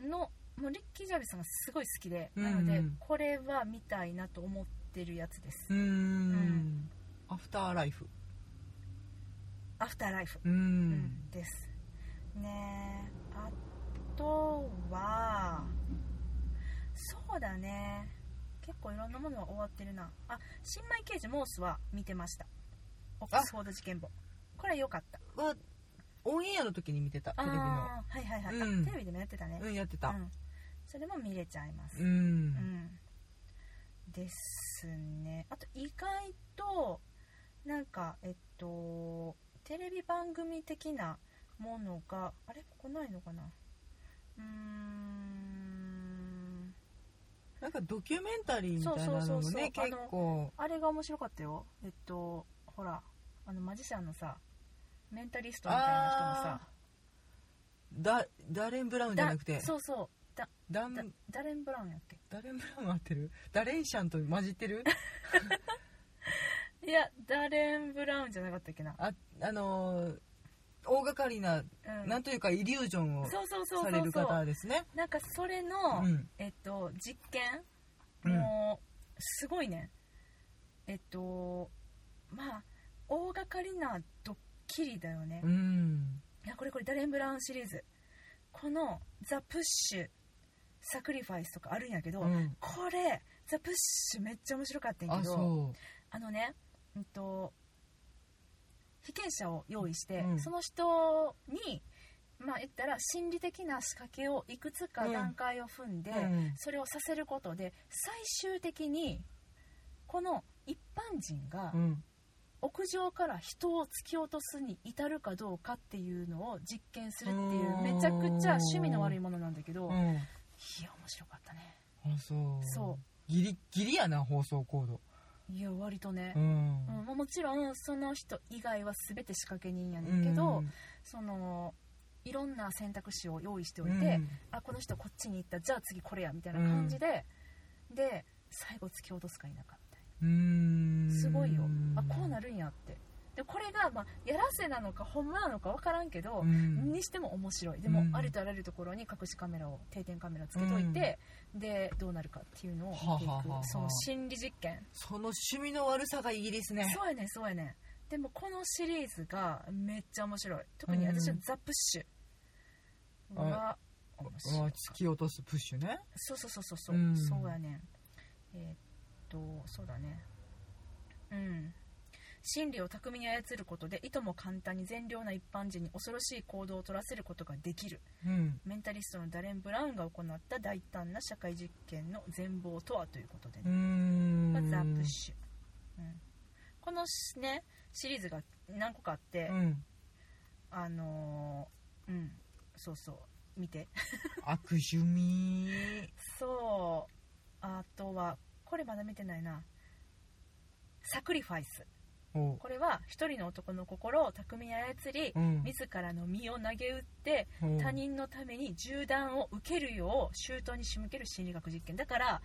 Speaker 1: うのもうリッキー・ジャービスさんがすごい好きで、
Speaker 2: うん
Speaker 1: なのでこれは見たいなと思ってるやつです、
Speaker 2: ううーん
Speaker 1: ん
Speaker 2: アフターライフ
Speaker 1: アフターライフ、
Speaker 2: うー
Speaker 1: うん
Speaker 2: ん
Speaker 1: ですねえあとはそうだね結構いろんなものは終わってるなあ新米刑事モースは見てましたオックスフォード事件簿これ良かった
Speaker 2: はオンエアの時に見てたテレビの
Speaker 1: あーはいはいはい、あ
Speaker 2: うん
Speaker 1: テレビでもやってたね、
Speaker 2: うんやってた
Speaker 1: うんそれも見れちゃいます
Speaker 2: う
Speaker 1: うんんですねあと意外となんかえっとテレビ番組的なものがあれここないのかなうーん
Speaker 2: なんかドキュメンタリーみたいな
Speaker 1: そ
Speaker 2: の
Speaker 1: うそ
Speaker 2: も
Speaker 1: うそうそ
Speaker 2: ね
Speaker 1: う
Speaker 2: 結構
Speaker 1: あれが面白かったよえっとほらあのマジシャンのさメンタリストみたいな人も
Speaker 2: あ
Speaker 1: さ
Speaker 2: あーだダレン・ブラウンじゃなくて
Speaker 1: だそうそうだ
Speaker 2: ダ
Speaker 1: だ
Speaker 2: ン
Speaker 1: ダレン・ブラウンやっけ
Speaker 2: ダレン・ブラウン合ってるダレンシャンと混じってる
Speaker 1: いやダレン・ブラウンじゃなかったっけな、
Speaker 2: ああのー大掛かりな
Speaker 1: うん、
Speaker 2: なんというかイリュージョンを
Speaker 1: そうそうそう
Speaker 2: さ
Speaker 1: そ
Speaker 2: れ
Speaker 1: う
Speaker 2: る
Speaker 1: そう
Speaker 2: 方ですね
Speaker 1: なんかそれの、
Speaker 2: うん
Speaker 1: えっと実験、
Speaker 2: うん
Speaker 1: もうすごいねえっとまあ大掛かりなドッキリだよね、
Speaker 2: うん
Speaker 1: いやこれこれダレン・ブラウンシリーズこの「ザ・プッシュ」「サクリファイス」とかあるんやけど、
Speaker 2: うん
Speaker 1: これ「ザ・プッシュ」めっちゃ面白かったんや
Speaker 2: あ
Speaker 1: けど
Speaker 2: そ
Speaker 1: あのね、うんと、被験者を用意して、
Speaker 2: うん
Speaker 1: その人に、まあ言ったら心理的な仕掛けをいくつか
Speaker 2: うん
Speaker 1: 段階を踏んで、
Speaker 2: うん
Speaker 1: それをさせることで、最終的に、この一般人が
Speaker 2: ううん
Speaker 1: 屋上から人を突き落とすに至るかどうかっていうのを実験するっていうう、
Speaker 2: ん
Speaker 1: めちゃくちゃ趣味の悪いものなんだけど、
Speaker 2: う
Speaker 1: いや、
Speaker 2: ん
Speaker 1: 面白かったね。
Speaker 2: あそう
Speaker 1: そ
Speaker 2: ギリギリやな放送コード
Speaker 1: いや、割とね
Speaker 2: う。ん
Speaker 1: うんもうもちろんその人以外は全て仕掛け人やねんけど、そのいろんな選択肢を用意しておいて、
Speaker 2: うん
Speaker 1: あこの人こっちに行ったじゃあ次これやみたいな感じで、で最後突き落とすか否かみたいう
Speaker 2: ーん
Speaker 1: なすごいよあこうなるんやってでこれが、まあ、やらせなのかほんまなのか分からんけど
Speaker 2: う、ん
Speaker 1: にしても面白いでも、
Speaker 2: うん
Speaker 1: ありとあらゆるところに隠しカメラを定点カメラつけといて、でどうなるかっていうのを見ていく
Speaker 2: はははは
Speaker 1: その心理実験
Speaker 2: その趣味の悪さがイギリスね
Speaker 1: そうやねんそうやねんでもこのシリーズがめっちゃ面白い特に私は
Speaker 2: うん
Speaker 1: 「ザ・プッシュ」は面
Speaker 2: う
Speaker 1: 白
Speaker 2: わ
Speaker 1: い
Speaker 2: 突き落とすプッシュね
Speaker 1: そうそうそうそうそう、
Speaker 2: うん
Speaker 1: そうやねんえーっとそうだねうん心理を巧みに操ることでいとも簡単に善良な一般人に恐ろしい行動を取らせることができる
Speaker 2: うん
Speaker 1: メンタリストのダレン・ブラウンが行った大胆な社会実験の全貌とはということでね
Speaker 2: うーん
Speaker 1: がザ・プッシュ、うん、このしねシリーズが何個かあって、
Speaker 2: うん
Speaker 1: あのーうんそうそう見て
Speaker 2: 悪趣味
Speaker 1: そうあとはこれまだ見てないなサクリファイス
Speaker 2: お
Speaker 1: これは一人の男の心を巧みに操り、
Speaker 2: うん
Speaker 1: 自らの身を投げ打って
Speaker 2: お
Speaker 1: 他人のために銃弾を受けるよう周到に仕向ける心理学実験だから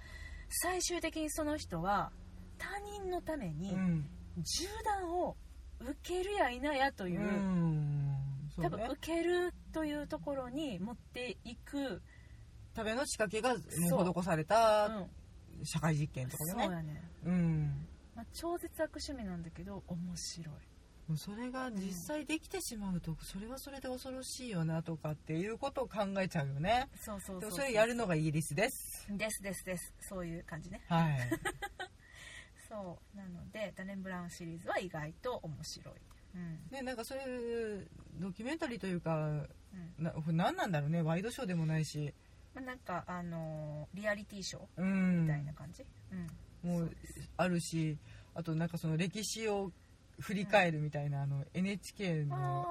Speaker 1: 最終的にその人は他人のために、
Speaker 2: うん
Speaker 1: 銃弾を受けるや否やと
Speaker 2: う
Speaker 1: いう、
Speaker 2: んそう
Speaker 1: 多
Speaker 2: ね
Speaker 1: 分受けるというところに持っていく、
Speaker 2: ための仕掛けが
Speaker 1: そう
Speaker 2: もう施され
Speaker 1: う
Speaker 2: た
Speaker 1: ん、
Speaker 2: 社会実験と
Speaker 1: そう
Speaker 2: か
Speaker 1: や
Speaker 2: もね
Speaker 1: ね、
Speaker 2: うん
Speaker 1: まあ、超絶悪趣味なんだけど面白い
Speaker 2: もうそれが実際できてしまうとそれはそれで恐ろしいよなとかっていうことを考えちゃうよね
Speaker 1: そうそう
Speaker 2: で
Speaker 1: そう
Speaker 2: もそれやるのがイギリスです
Speaker 1: ですですですそういう感じね
Speaker 2: はい
Speaker 1: そうなのでダレン・ブラウンシリーズは意外と面白いうん
Speaker 2: ね、なんかそういうドキュメンタリーというか
Speaker 1: うん
Speaker 2: な何なんだろうねワイドショーでもないし、
Speaker 1: まあ、なんかあのーリアリティショー
Speaker 2: うん、
Speaker 1: みたいな感じうん、
Speaker 2: もうあるしあとなんかその歴史を振り返るみたいな、あの NHK の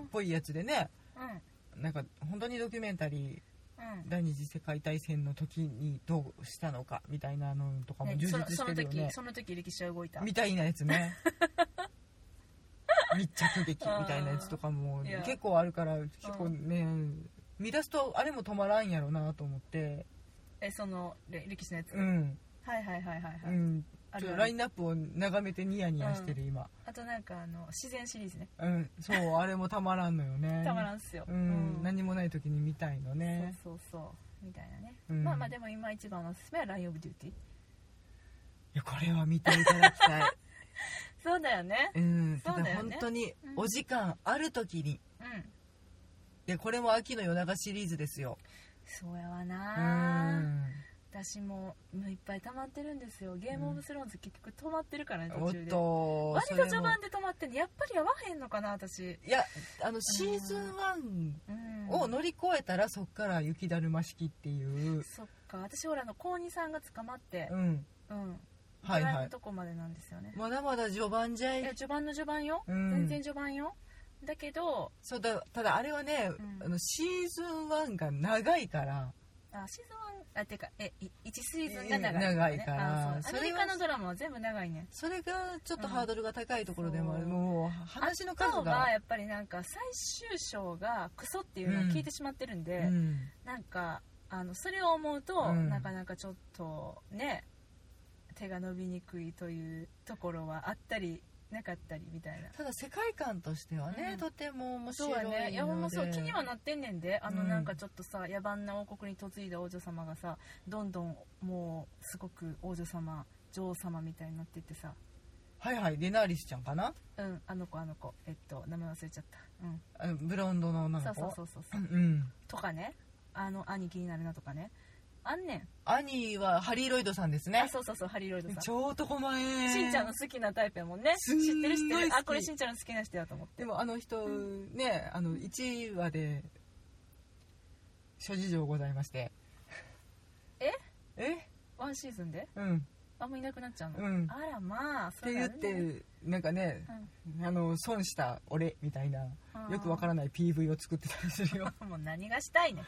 Speaker 1: あ
Speaker 2: っぽいやつでね
Speaker 1: あうん
Speaker 2: なんか本当にドキュメンタリ
Speaker 1: うん
Speaker 2: ー第二次世界大戦の時にどうしたのかみたいなのとかも
Speaker 1: ね
Speaker 2: 充
Speaker 1: そ
Speaker 2: 実
Speaker 1: のそ
Speaker 2: して
Speaker 1: の
Speaker 2: るよね
Speaker 1: 時その時歴史は動いた
Speaker 2: みたいなやつね密着劇みたいなやつとかも
Speaker 1: いや
Speaker 2: 結構あるから結構ね見出すとあれも止まらんやろなと思って
Speaker 1: えそのれ歴史のやつ、
Speaker 2: うん、
Speaker 1: はいはいはいはいはい、
Speaker 2: うん、
Speaker 1: あ
Speaker 2: ち
Speaker 1: るあ
Speaker 2: ょっ
Speaker 1: る
Speaker 2: とラインナップを眺めてニヤニヤしてる今、
Speaker 1: あとなんかあの自然シリーズね
Speaker 2: うん、そうあれもたまらんのよね
Speaker 1: たまらんっすよ、
Speaker 2: うん、何もない時に見たいのね
Speaker 1: そうそうそうみたいなね、
Speaker 2: うん
Speaker 1: まあまあでも今一番のおすすめは「ライン・オブ・デューティー
Speaker 2: いやこれは見ていただきたい、」
Speaker 1: そうだよね
Speaker 2: うん、
Speaker 1: そうだ
Speaker 2: た
Speaker 1: よね
Speaker 2: だ本当に
Speaker 1: うん
Speaker 2: お時間ある時に
Speaker 1: うん
Speaker 2: でこれも秋の夜長シリーズですよ
Speaker 1: そうやわ
Speaker 2: う
Speaker 1: な、
Speaker 2: ん
Speaker 1: 私ももういっぱい溜まってるんですよゲームオブスローンズ結局止まってるからね途
Speaker 2: おっ
Speaker 1: 中で
Speaker 2: と
Speaker 1: 割
Speaker 2: そ
Speaker 1: と
Speaker 2: れも
Speaker 1: 序盤で止まってんねやっぱりやわへんのかな私
Speaker 2: いやあのシーズン
Speaker 1: うん
Speaker 2: 1を乗り越えたらそっから雪だるま式っていう
Speaker 1: そっか私ほらあの高二さんが捕まって
Speaker 2: うん
Speaker 1: うん
Speaker 2: はい
Speaker 1: ドラ
Speaker 2: は
Speaker 1: イ
Speaker 2: い
Speaker 1: のとこまでなんですよね、
Speaker 2: まだまだ序盤じゃ
Speaker 1: いや
Speaker 2: い
Speaker 1: 序盤の序盤よ、
Speaker 2: うん
Speaker 1: 全然序盤よだけど
Speaker 2: そうだただあれはね、
Speaker 1: うん
Speaker 2: あのシーズン1が長いから
Speaker 1: あシーズン1あてかえい一シーズンが長いから、ね、
Speaker 2: 長いから
Speaker 1: あそうア
Speaker 2: そ
Speaker 1: メ
Speaker 2: れ
Speaker 1: リ
Speaker 2: は
Speaker 1: カのドラマは全部長いね
Speaker 2: それがちょっとハードルが高いところでもある、
Speaker 1: うん
Speaker 2: もう話の
Speaker 1: あ
Speaker 2: 数
Speaker 1: とは
Speaker 2: が、
Speaker 1: やっぱりなんか最終章がクソっていうのを聞いてしまってるんで、
Speaker 2: うん
Speaker 1: なんかあのそれを思うと、
Speaker 2: うん
Speaker 1: なかなかちょっとね手が伸びにくいというところはあったりなかったりみたいな
Speaker 2: ただ世界観としてはね、
Speaker 1: うん
Speaker 2: とても面
Speaker 1: そう
Speaker 2: 白い
Speaker 1: や
Speaker 2: ので
Speaker 1: ねいやほんまそう気にはなってんねんであの
Speaker 2: うん
Speaker 1: なんかちょっとさ、野蛮な王国に嫁いだ王女様がさどんどんもうすごく王女様女王様みたいになってってさ
Speaker 2: はいはいデナーリスちゃんかな
Speaker 1: うんあの子あの子えっと名前忘れちゃったうん
Speaker 2: あのブロンドの女
Speaker 1: そ
Speaker 2: の
Speaker 1: う
Speaker 2: 子
Speaker 1: そうそうそうそう
Speaker 2: うんうん
Speaker 1: とかねあの兄気になるなとかねあんねん
Speaker 2: 兄はハリー・ロイドさんです
Speaker 1: あ
Speaker 2: ね
Speaker 1: そうそうそうハリー・ロイドさん
Speaker 2: 超男前
Speaker 1: しんちゃんの好きなタイプやもんね知
Speaker 2: す
Speaker 1: っ
Speaker 2: んごい
Speaker 1: てる知ってる
Speaker 2: 好き
Speaker 1: あこれしんちゃんの好きな人やと思って
Speaker 2: でもあの人、ねあの1話で諸事情ございまして
Speaker 1: え
Speaker 2: え
Speaker 1: ワンシーズンで
Speaker 2: うん
Speaker 1: あんまいなくなっちゃうの、
Speaker 2: うん
Speaker 1: あらまあ
Speaker 2: っ
Speaker 1: そ
Speaker 2: て
Speaker 1: う
Speaker 2: 言
Speaker 1: や
Speaker 2: っ
Speaker 1: ね
Speaker 2: てなんかね
Speaker 1: うん
Speaker 2: あの損した俺みたいな
Speaker 1: うん
Speaker 2: よくわからない PV を作ってたりす るよ
Speaker 1: もう何がしたい ねん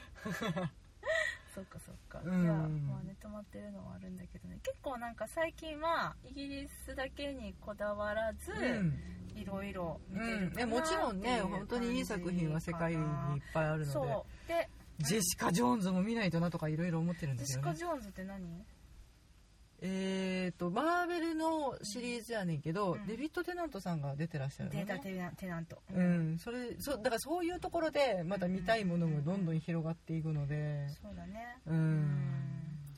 Speaker 1: そっかそっか、
Speaker 2: うん
Speaker 1: いやまあね止まってるのはあるんだけどね結構なんか最近はイギリスだけにこだわらず
Speaker 2: うん
Speaker 1: いろいろ見て
Speaker 2: う
Speaker 1: る
Speaker 2: ん、
Speaker 1: かな
Speaker 2: ねもちろんね本当にいい作品は世界にいっぱい
Speaker 1: あ
Speaker 2: あるので
Speaker 1: そうで
Speaker 2: ジェシカ・ジョーンズも見ないとなとかいろいろ思ってるん
Speaker 1: ジェ
Speaker 2: です
Speaker 1: シ
Speaker 2: よ
Speaker 1: カ・
Speaker 2: ね
Speaker 1: ジョーンズって何
Speaker 2: えーとマーベルのシリーズやねんけど、
Speaker 1: うん
Speaker 2: デビッド・テナントさんが出てらっしゃるの
Speaker 1: データ
Speaker 2: ね
Speaker 1: テナテナント、
Speaker 2: うん、それそうだからそういうところでまた見たいものもどんどん広がっていくので
Speaker 1: そうだね
Speaker 2: うん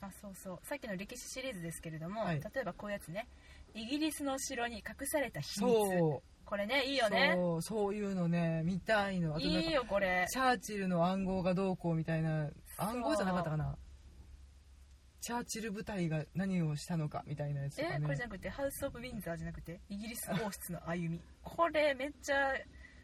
Speaker 1: あそうそうさっきの歴史シリーズですけれども、
Speaker 2: はい
Speaker 1: 例えばこういうやつねイギリスの城に隠された秘密
Speaker 2: そう
Speaker 1: これねいいよね
Speaker 2: そうそういうのね見たいのあとなん
Speaker 1: い
Speaker 2: か
Speaker 1: いよこれ
Speaker 2: チャーチルの暗号がどうこうみたいな
Speaker 1: そう
Speaker 2: 暗号じゃなかったかなチャーチル部隊が何をしたのかみたいなやつとか
Speaker 1: えこれ
Speaker 2: ね
Speaker 1: じゃなくてハウス・オブ・ウィンザーじゃなくてイギリス王室の歩みこれめっちゃ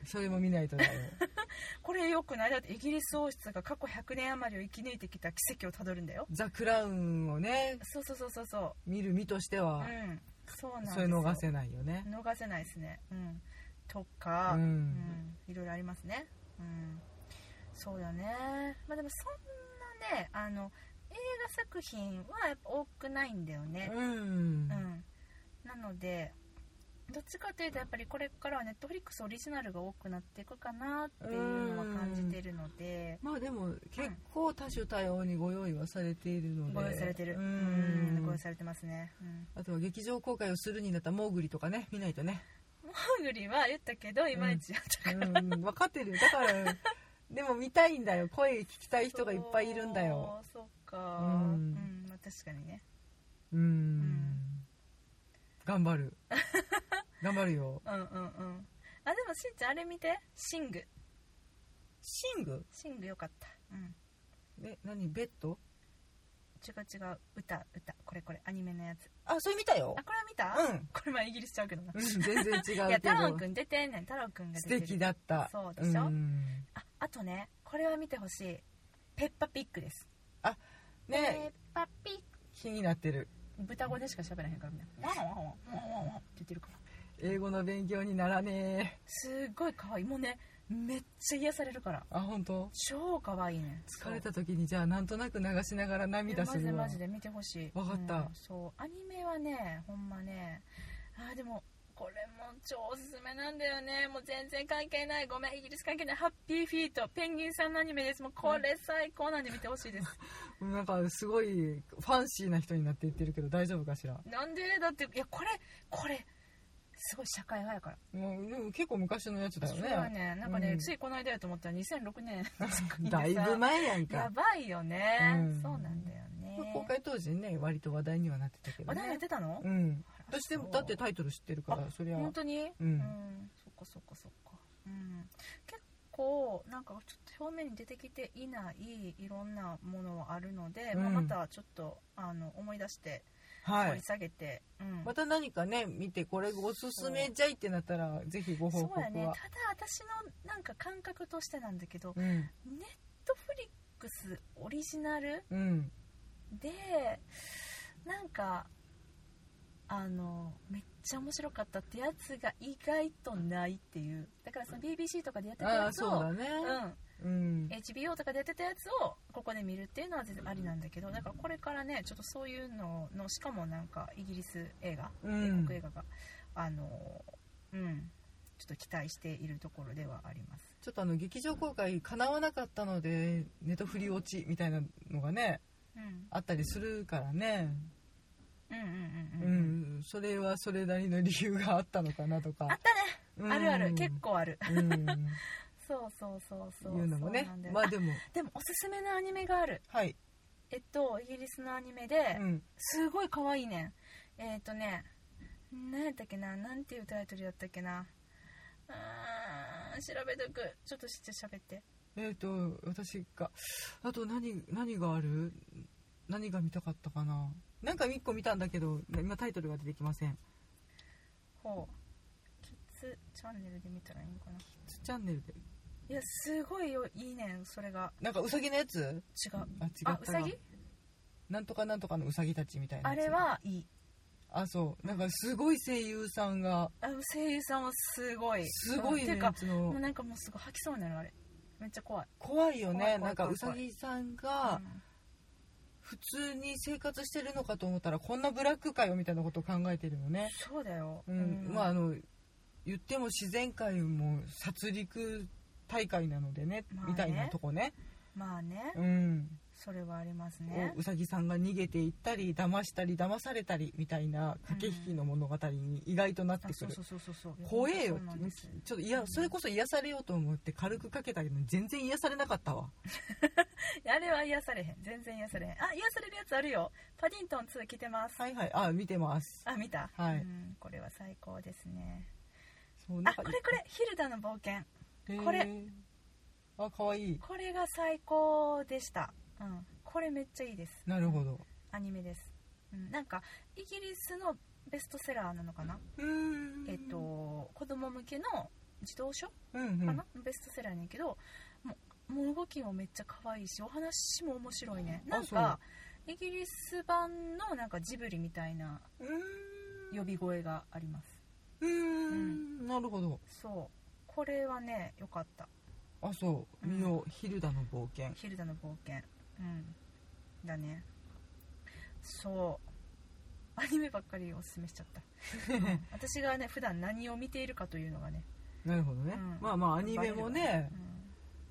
Speaker 2: それも見ないとだよ
Speaker 1: これよくないだってイギリス王室が過去100年余りを生き抜いてきた奇跡をたどるんだよ
Speaker 2: ザ・クラウンをね
Speaker 1: そうそうそうそうそう
Speaker 2: 見る身として
Speaker 1: う
Speaker 2: は、
Speaker 1: んそうなんですよ
Speaker 2: それ逃せないよね
Speaker 1: 逃せないですねうんとか、
Speaker 2: うん
Speaker 1: うんいろいろありますねうんそうだねまあでもそんなねあの映画作品はやっぱ多くないんだよね
Speaker 2: うん、
Speaker 1: うん、なのでどっちかというとやっぱりこれからはネットフリックスオリジナルが多くなっていくかなっていうのは感じてるので、
Speaker 2: まあでも結構多種多様にご用意はされているので
Speaker 1: ご用意されてる
Speaker 2: う
Speaker 1: うん
Speaker 2: ん
Speaker 1: ご用意されてますね、うん、
Speaker 2: あとは劇場公開をするになったらモーグリとかね見ないとね、
Speaker 1: ハングリーは言ったけどいまいちやったから、
Speaker 2: うん、分かってるよだからでも見たいんだよ声聞きたい人がいっぱいいるんだよ
Speaker 1: そうそっかう
Speaker 2: うんん、
Speaker 1: まあ、確かにね
Speaker 2: うーん頑張る頑張るよ
Speaker 1: うんうんうんあでもしんちゃんあれ見てシング
Speaker 2: シング
Speaker 1: シングよかったうん
Speaker 2: え何ベッド
Speaker 1: 違う違う歌歌これこれアニメのやつ
Speaker 2: あそれ見たよ
Speaker 1: あこれは見た、
Speaker 2: うん
Speaker 1: これ前イギリスちゃうけどな
Speaker 2: うん全然違うけど
Speaker 1: いや太郎くん出てんねん太郎くんが
Speaker 2: 素
Speaker 1: 出てる
Speaker 2: 敵だった
Speaker 1: そうでしょ
Speaker 2: ん
Speaker 1: ああとねこれは見てほしいペッパピックですペッ
Speaker 2: ね
Speaker 1: パピック
Speaker 2: 気になってる
Speaker 1: 豚語でしか喋らへんからみんなワンワンワンワンワンワンって言ってるから
Speaker 2: 英語の勉強にならねえ
Speaker 1: すっごい可愛いもうねめっちゃ癒されるから
Speaker 2: あ本当
Speaker 1: 超可愛いね
Speaker 2: 疲れた時にじゃあなんとなく流しながら涙するわ
Speaker 1: いやマジでマジで見てほしい
Speaker 2: わかった
Speaker 1: うんそうアニメはねほんまねあーでもこれも超おすすめなんだよねもう全然関係ないごめんイギリス関係ないハッピーフィートペンギンさんのアニメですもうこれ最高なんで見てほしいです
Speaker 2: なんかすごいファンシーな人になっていってるけど大丈夫かしら
Speaker 1: なんでだっていやこれこれすごい社会派やから
Speaker 2: もうでも結構昔のやつだよ
Speaker 1: そ
Speaker 2: ね
Speaker 1: れはねなんかね、
Speaker 2: うん
Speaker 1: ついこの間やと思ったら2006年
Speaker 2: だいぶ前やん
Speaker 1: や
Speaker 2: か
Speaker 1: ばいよね、
Speaker 2: うん
Speaker 1: そうなんだよ
Speaker 2: 公
Speaker 1: ね
Speaker 2: 開当時ね割と話題にはなってたけど
Speaker 1: 話題や
Speaker 2: ね
Speaker 1: ってたの、
Speaker 2: うん私でも
Speaker 1: そう
Speaker 2: だってタイトル知ってるからそりゃ
Speaker 1: 本当に
Speaker 2: うん
Speaker 1: そっかそっかそっかうん結構なんかちょっと表面に出てきていないいろんなものはあるので、
Speaker 2: うん
Speaker 1: まあ、またちょっとあの思い出して
Speaker 2: は
Speaker 1: 掘り
Speaker 2: い
Speaker 1: 下げて、うん
Speaker 2: また何かね見てこれおすすめじゃいってなったらぜひご報
Speaker 1: そ
Speaker 2: 告
Speaker 1: うや
Speaker 2: は
Speaker 1: ねただ私のなんか感覚としてなんだけど
Speaker 2: うん
Speaker 1: ネットフリックスオリジナル
Speaker 2: うん
Speaker 1: でなんかあのめっちゃ面白かったってやつが意外とないっていうだからその BBC とかでやってた
Speaker 2: あ
Speaker 1: や
Speaker 2: あ
Speaker 1: つ
Speaker 2: そう
Speaker 1: を
Speaker 2: だね
Speaker 1: うん、
Speaker 2: うん
Speaker 1: HBO とかでやってたやつをここで見るっていうのは全然ありなんだけどだからこれからねちょっとそういうののしかもなんかイギリス映画
Speaker 2: うん
Speaker 1: 英国映画が、あのうんちょっと期待しているところではあります
Speaker 2: ちょっとあの劇場公開かなわなかったのでネトフリ落ちみたいなのがね
Speaker 1: うん
Speaker 2: あったりするからね
Speaker 1: うんうんう
Speaker 2: う
Speaker 1: んうん、
Speaker 2: んそれはそれなりの理由があったのかなと
Speaker 1: あっ
Speaker 2: か
Speaker 1: たね、
Speaker 2: うん
Speaker 1: あるある結構ある
Speaker 2: うん
Speaker 1: そうそうそうそう
Speaker 2: いうのもね
Speaker 1: そうなんだよ
Speaker 2: まあでも
Speaker 1: でもおすすめのアニメがある
Speaker 2: はい
Speaker 1: えっとイギリスのアニメで、
Speaker 2: うん
Speaker 1: すごい可愛いねんえっ、ー、とね何やったっけななんていうタイトルやったっけなうーん調べとくちょっとして喋って
Speaker 2: えっと私があと何何がある何が見たかったかななんか1個見たんだけど今タイトルが出てきません
Speaker 1: ほうキッズチャンネルで見たらいいのかな
Speaker 2: チャンネルで
Speaker 1: いやすごいよいいねんそれが
Speaker 2: なんかウサギのやつ
Speaker 1: 違う
Speaker 2: あ違った
Speaker 1: あ
Speaker 2: な
Speaker 1: ウサギ
Speaker 2: なんとかなんとかのウサギたちみたいな
Speaker 1: あ
Speaker 2: やつ
Speaker 1: れはいい
Speaker 2: あそうなんかすごい声優さんが
Speaker 1: あ声優さんはすごい
Speaker 2: すごい
Speaker 1: うんてい
Speaker 2: メン
Speaker 1: うか
Speaker 2: ツ
Speaker 1: も
Speaker 2: の
Speaker 1: うなんかもうすごい吐きそうになるあれめっちゃ怖い
Speaker 2: 怖いよ
Speaker 1: 怖
Speaker 2: ね
Speaker 1: い怖い
Speaker 2: なんか
Speaker 1: 怖いう
Speaker 2: さぎさん
Speaker 1: うん
Speaker 2: が普通に生活してるのかと思ったらこんなブラックかよみたいなことを考えてるのね
Speaker 1: そうだよ
Speaker 2: うん、まああの言っても自然界も殺戮大会なのでね,、
Speaker 1: まあね
Speaker 2: みたいなとこね、
Speaker 1: まあね
Speaker 2: うん、
Speaker 1: それはあります
Speaker 2: こ
Speaker 1: ね
Speaker 2: ううさぎさんが逃げていったり騙したり騙されたりみたいな駆け引きの物語に意外となって
Speaker 1: あ
Speaker 2: く
Speaker 1: そう
Speaker 2: る
Speaker 1: そうそうそうそう
Speaker 2: 怖えよ
Speaker 1: そうなんです
Speaker 2: ちょっといやそれこそ癒されようと思って軽くかけたけど全然癒されなかったわ
Speaker 1: あれは癒されへん全然癒されへんあ癒されるやつあるよパディントン2来てます
Speaker 2: はいはいあ見てます
Speaker 1: あ見た
Speaker 2: はい
Speaker 1: うんこれは最高ですね
Speaker 2: そう
Speaker 1: あこれこれヒルダの冒険
Speaker 2: へー
Speaker 1: これ
Speaker 2: あ可愛い
Speaker 1: これが最高でしたうんこれめっちゃいいです
Speaker 2: なるほど
Speaker 1: アニメです、うん、なんかイギリスのベストセラーなのかな、
Speaker 2: うん
Speaker 1: えっと子供向けの児童書
Speaker 2: うんうん
Speaker 1: かな、ベストセラーやねんけどもうもう動きもめっちゃ可愛いしお話も面白いね
Speaker 2: あ
Speaker 1: なんかイギリス版のなんかジブリみたいな
Speaker 2: う
Speaker 1: 呼び声があります
Speaker 2: ーんなるほど
Speaker 1: そうこれはね良かった
Speaker 2: あそう見ようヒルダの冒険
Speaker 1: 「ヒルダの冒険」うんだねそうアニメばっかりおすすめしちゃ った、うん私がね普段何を見ているかというのがね、
Speaker 2: なるほどね
Speaker 1: うん
Speaker 2: まあまあアニメもね
Speaker 1: うん、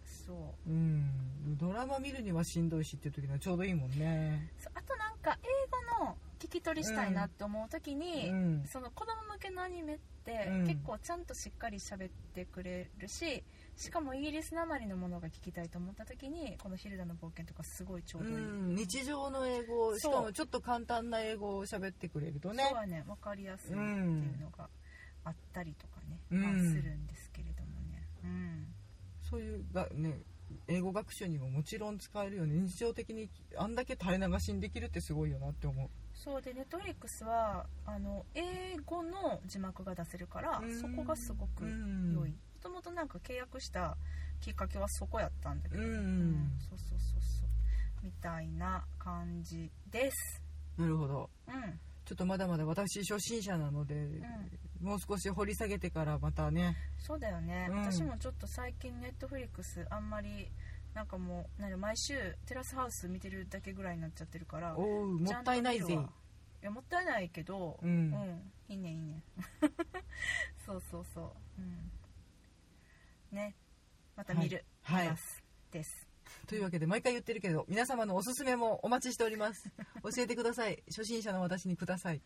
Speaker 1: そう
Speaker 2: うんドラマ見るにはしんどいしっていう時にはちょうどいいもんね
Speaker 1: そうあとなんか英語の聞き取りしたいなって思う時に、
Speaker 2: うん
Speaker 1: その子供向けのアニメって
Speaker 2: うん
Speaker 1: 結構ちゃんとしっかり喋ってくれるし、しかもイギリスなまりのものが聞きたいと思った時にこの「ヒルダの冒険」とかすごいちょう
Speaker 2: う
Speaker 1: どいい、
Speaker 2: ん日常の英語し
Speaker 1: そう
Speaker 2: かもちょっと簡単な英語を喋ってくれるとね
Speaker 1: そうはね分かりやすいっていうのがあったりとかね、
Speaker 2: うん
Speaker 1: まあ、するんですけれどもね、うん、
Speaker 2: そういうがね英語学習にももちろん使えるよね日常的にあんだけ垂れ流しにできるってすごいよなって思う
Speaker 1: そうでネットフリックスはあの英語の字幕が出せるから、
Speaker 2: うん
Speaker 1: そこがすごく
Speaker 2: うん
Speaker 1: 良いもともとなんか契約したきっかけはそこやったんだけ
Speaker 2: う
Speaker 1: ど、
Speaker 2: ん、
Speaker 1: うんそうそうそうそうみたいな感じです
Speaker 2: なるほど
Speaker 1: うん
Speaker 2: ちょっとまだまだ私初心者なので、もう少し掘り下げてからまたね
Speaker 1: そうだよね、
Speaker 2: うん
Speaker 1: 私もちょっと最近ネットフリックスあんまりなんかもうなんか毎週テラスハウス見てるだけぐらいになっちゃってるから
Speaker 2: おうもったいない
Speaker 1: ちゃ
Speaker 2: ぜ
Speaker 1: んと見るわやもったいないけど
Speaker 2: う
Speaker 1: うんん、いいねいいね そうそうそう、うん、ねまた見る、
Speaker 2: はいはい
Speaker 1: 見ますです
Speaker 2: というわけで毎回言ってるけど皆様のおすすめもお待ちしております教えてく ださい初心者の私にください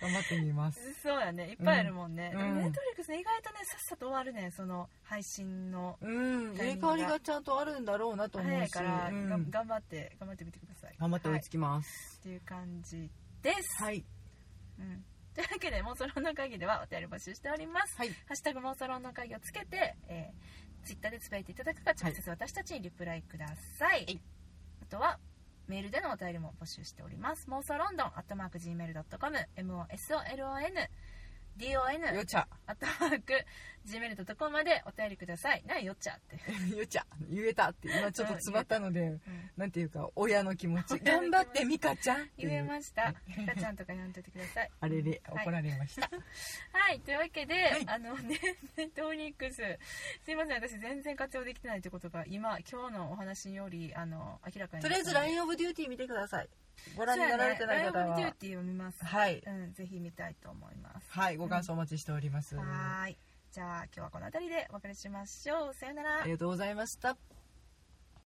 Speaker 2: 頑張ってみます
Speaker 1: そうやねいっぱいあるもんね、
Speaker 2: うん
Speaker 1: でも
Speaker 2: うん
Speaker 1: ネットフリックスね意外とねさっさと終わるねその配信の
Speaker 2: うん
Speaker 1: タ
Speaker 2: 入れ
Speaker 1: イミング
Speaker 2: 替
Speaker 1: が
Speaker 2: わりがちゃんとあるんだろうなと思
Speaker 1: 早
Speaker 2: う
Speaker 1: い
Speaker 2: し、
Speaker 1: から、
Speaker 2: う
Speaker 1: が
Speaker 2: ん
Speaker 1: 頑張って頑張ってみてください
Speaker 2: 頑張って追いつ
Speaker 1: はい
Speaker 2: きます
Speaker 1: っていう感じです、
Speaker 2: はい
Speaker 1: うん、というわけで妄想論の会議ではお便り募集しております
Speaker 2: はい
Speaker 1: ハッシュタグ妄想論の会議をつけて、えー、ツイッターでつぶやいていただくか直接私たちにリプライください、
Speaker 2: い
Speaker 1: あとはメールでのお便りも募集しております妄想ロンドンアットマーク Gmail.com MOSOLON DON
Speaker 2: よっちゃ
Speaker 1: アットマーク Gmail.com までお便りくださいなよっちゃって、
Speaker 2: よっちゃ言えたって今ちょっと詰まったので
Speaker 1: うん
Speaker 2: なんていうか親の気持ち
Speaker 1: 親の気持ち
Speaker 2: 頑張ってミカちゃんっていう
Speaker 1: 言えました
Speaker 2: は
Speaker 1: ゆかちゃんとか呼んでてください
Speaker 2: あれれ
Speaker 1: はい
Speaker 2: 怒られました、
Speaker 1: はい、というわけで、
Speaker 2: い
Speaker 1: あのね、ネットフリックス、すいません、私全然活用できてないってことが、今、今日のお話より、あの、明らかに
Speaker 2: とりあえずラインオブデューティー見てくださいご
Speaker 1: ご
Speaker 2: 覧になられてない方
Speaker 1: ラインオブデュー
Speaker 2: は
Speaker 1: ティーを見ます。
Speaker 2: はい
Speaker 1: うん、ぜひ見たいと思います。
Speaker 2: はいご感想お待ちしております
Speaker 1: はーい。じゃあ、今日はこの辺りでお別れしましょう。さよなら
Speaker 2: あり。がとうございました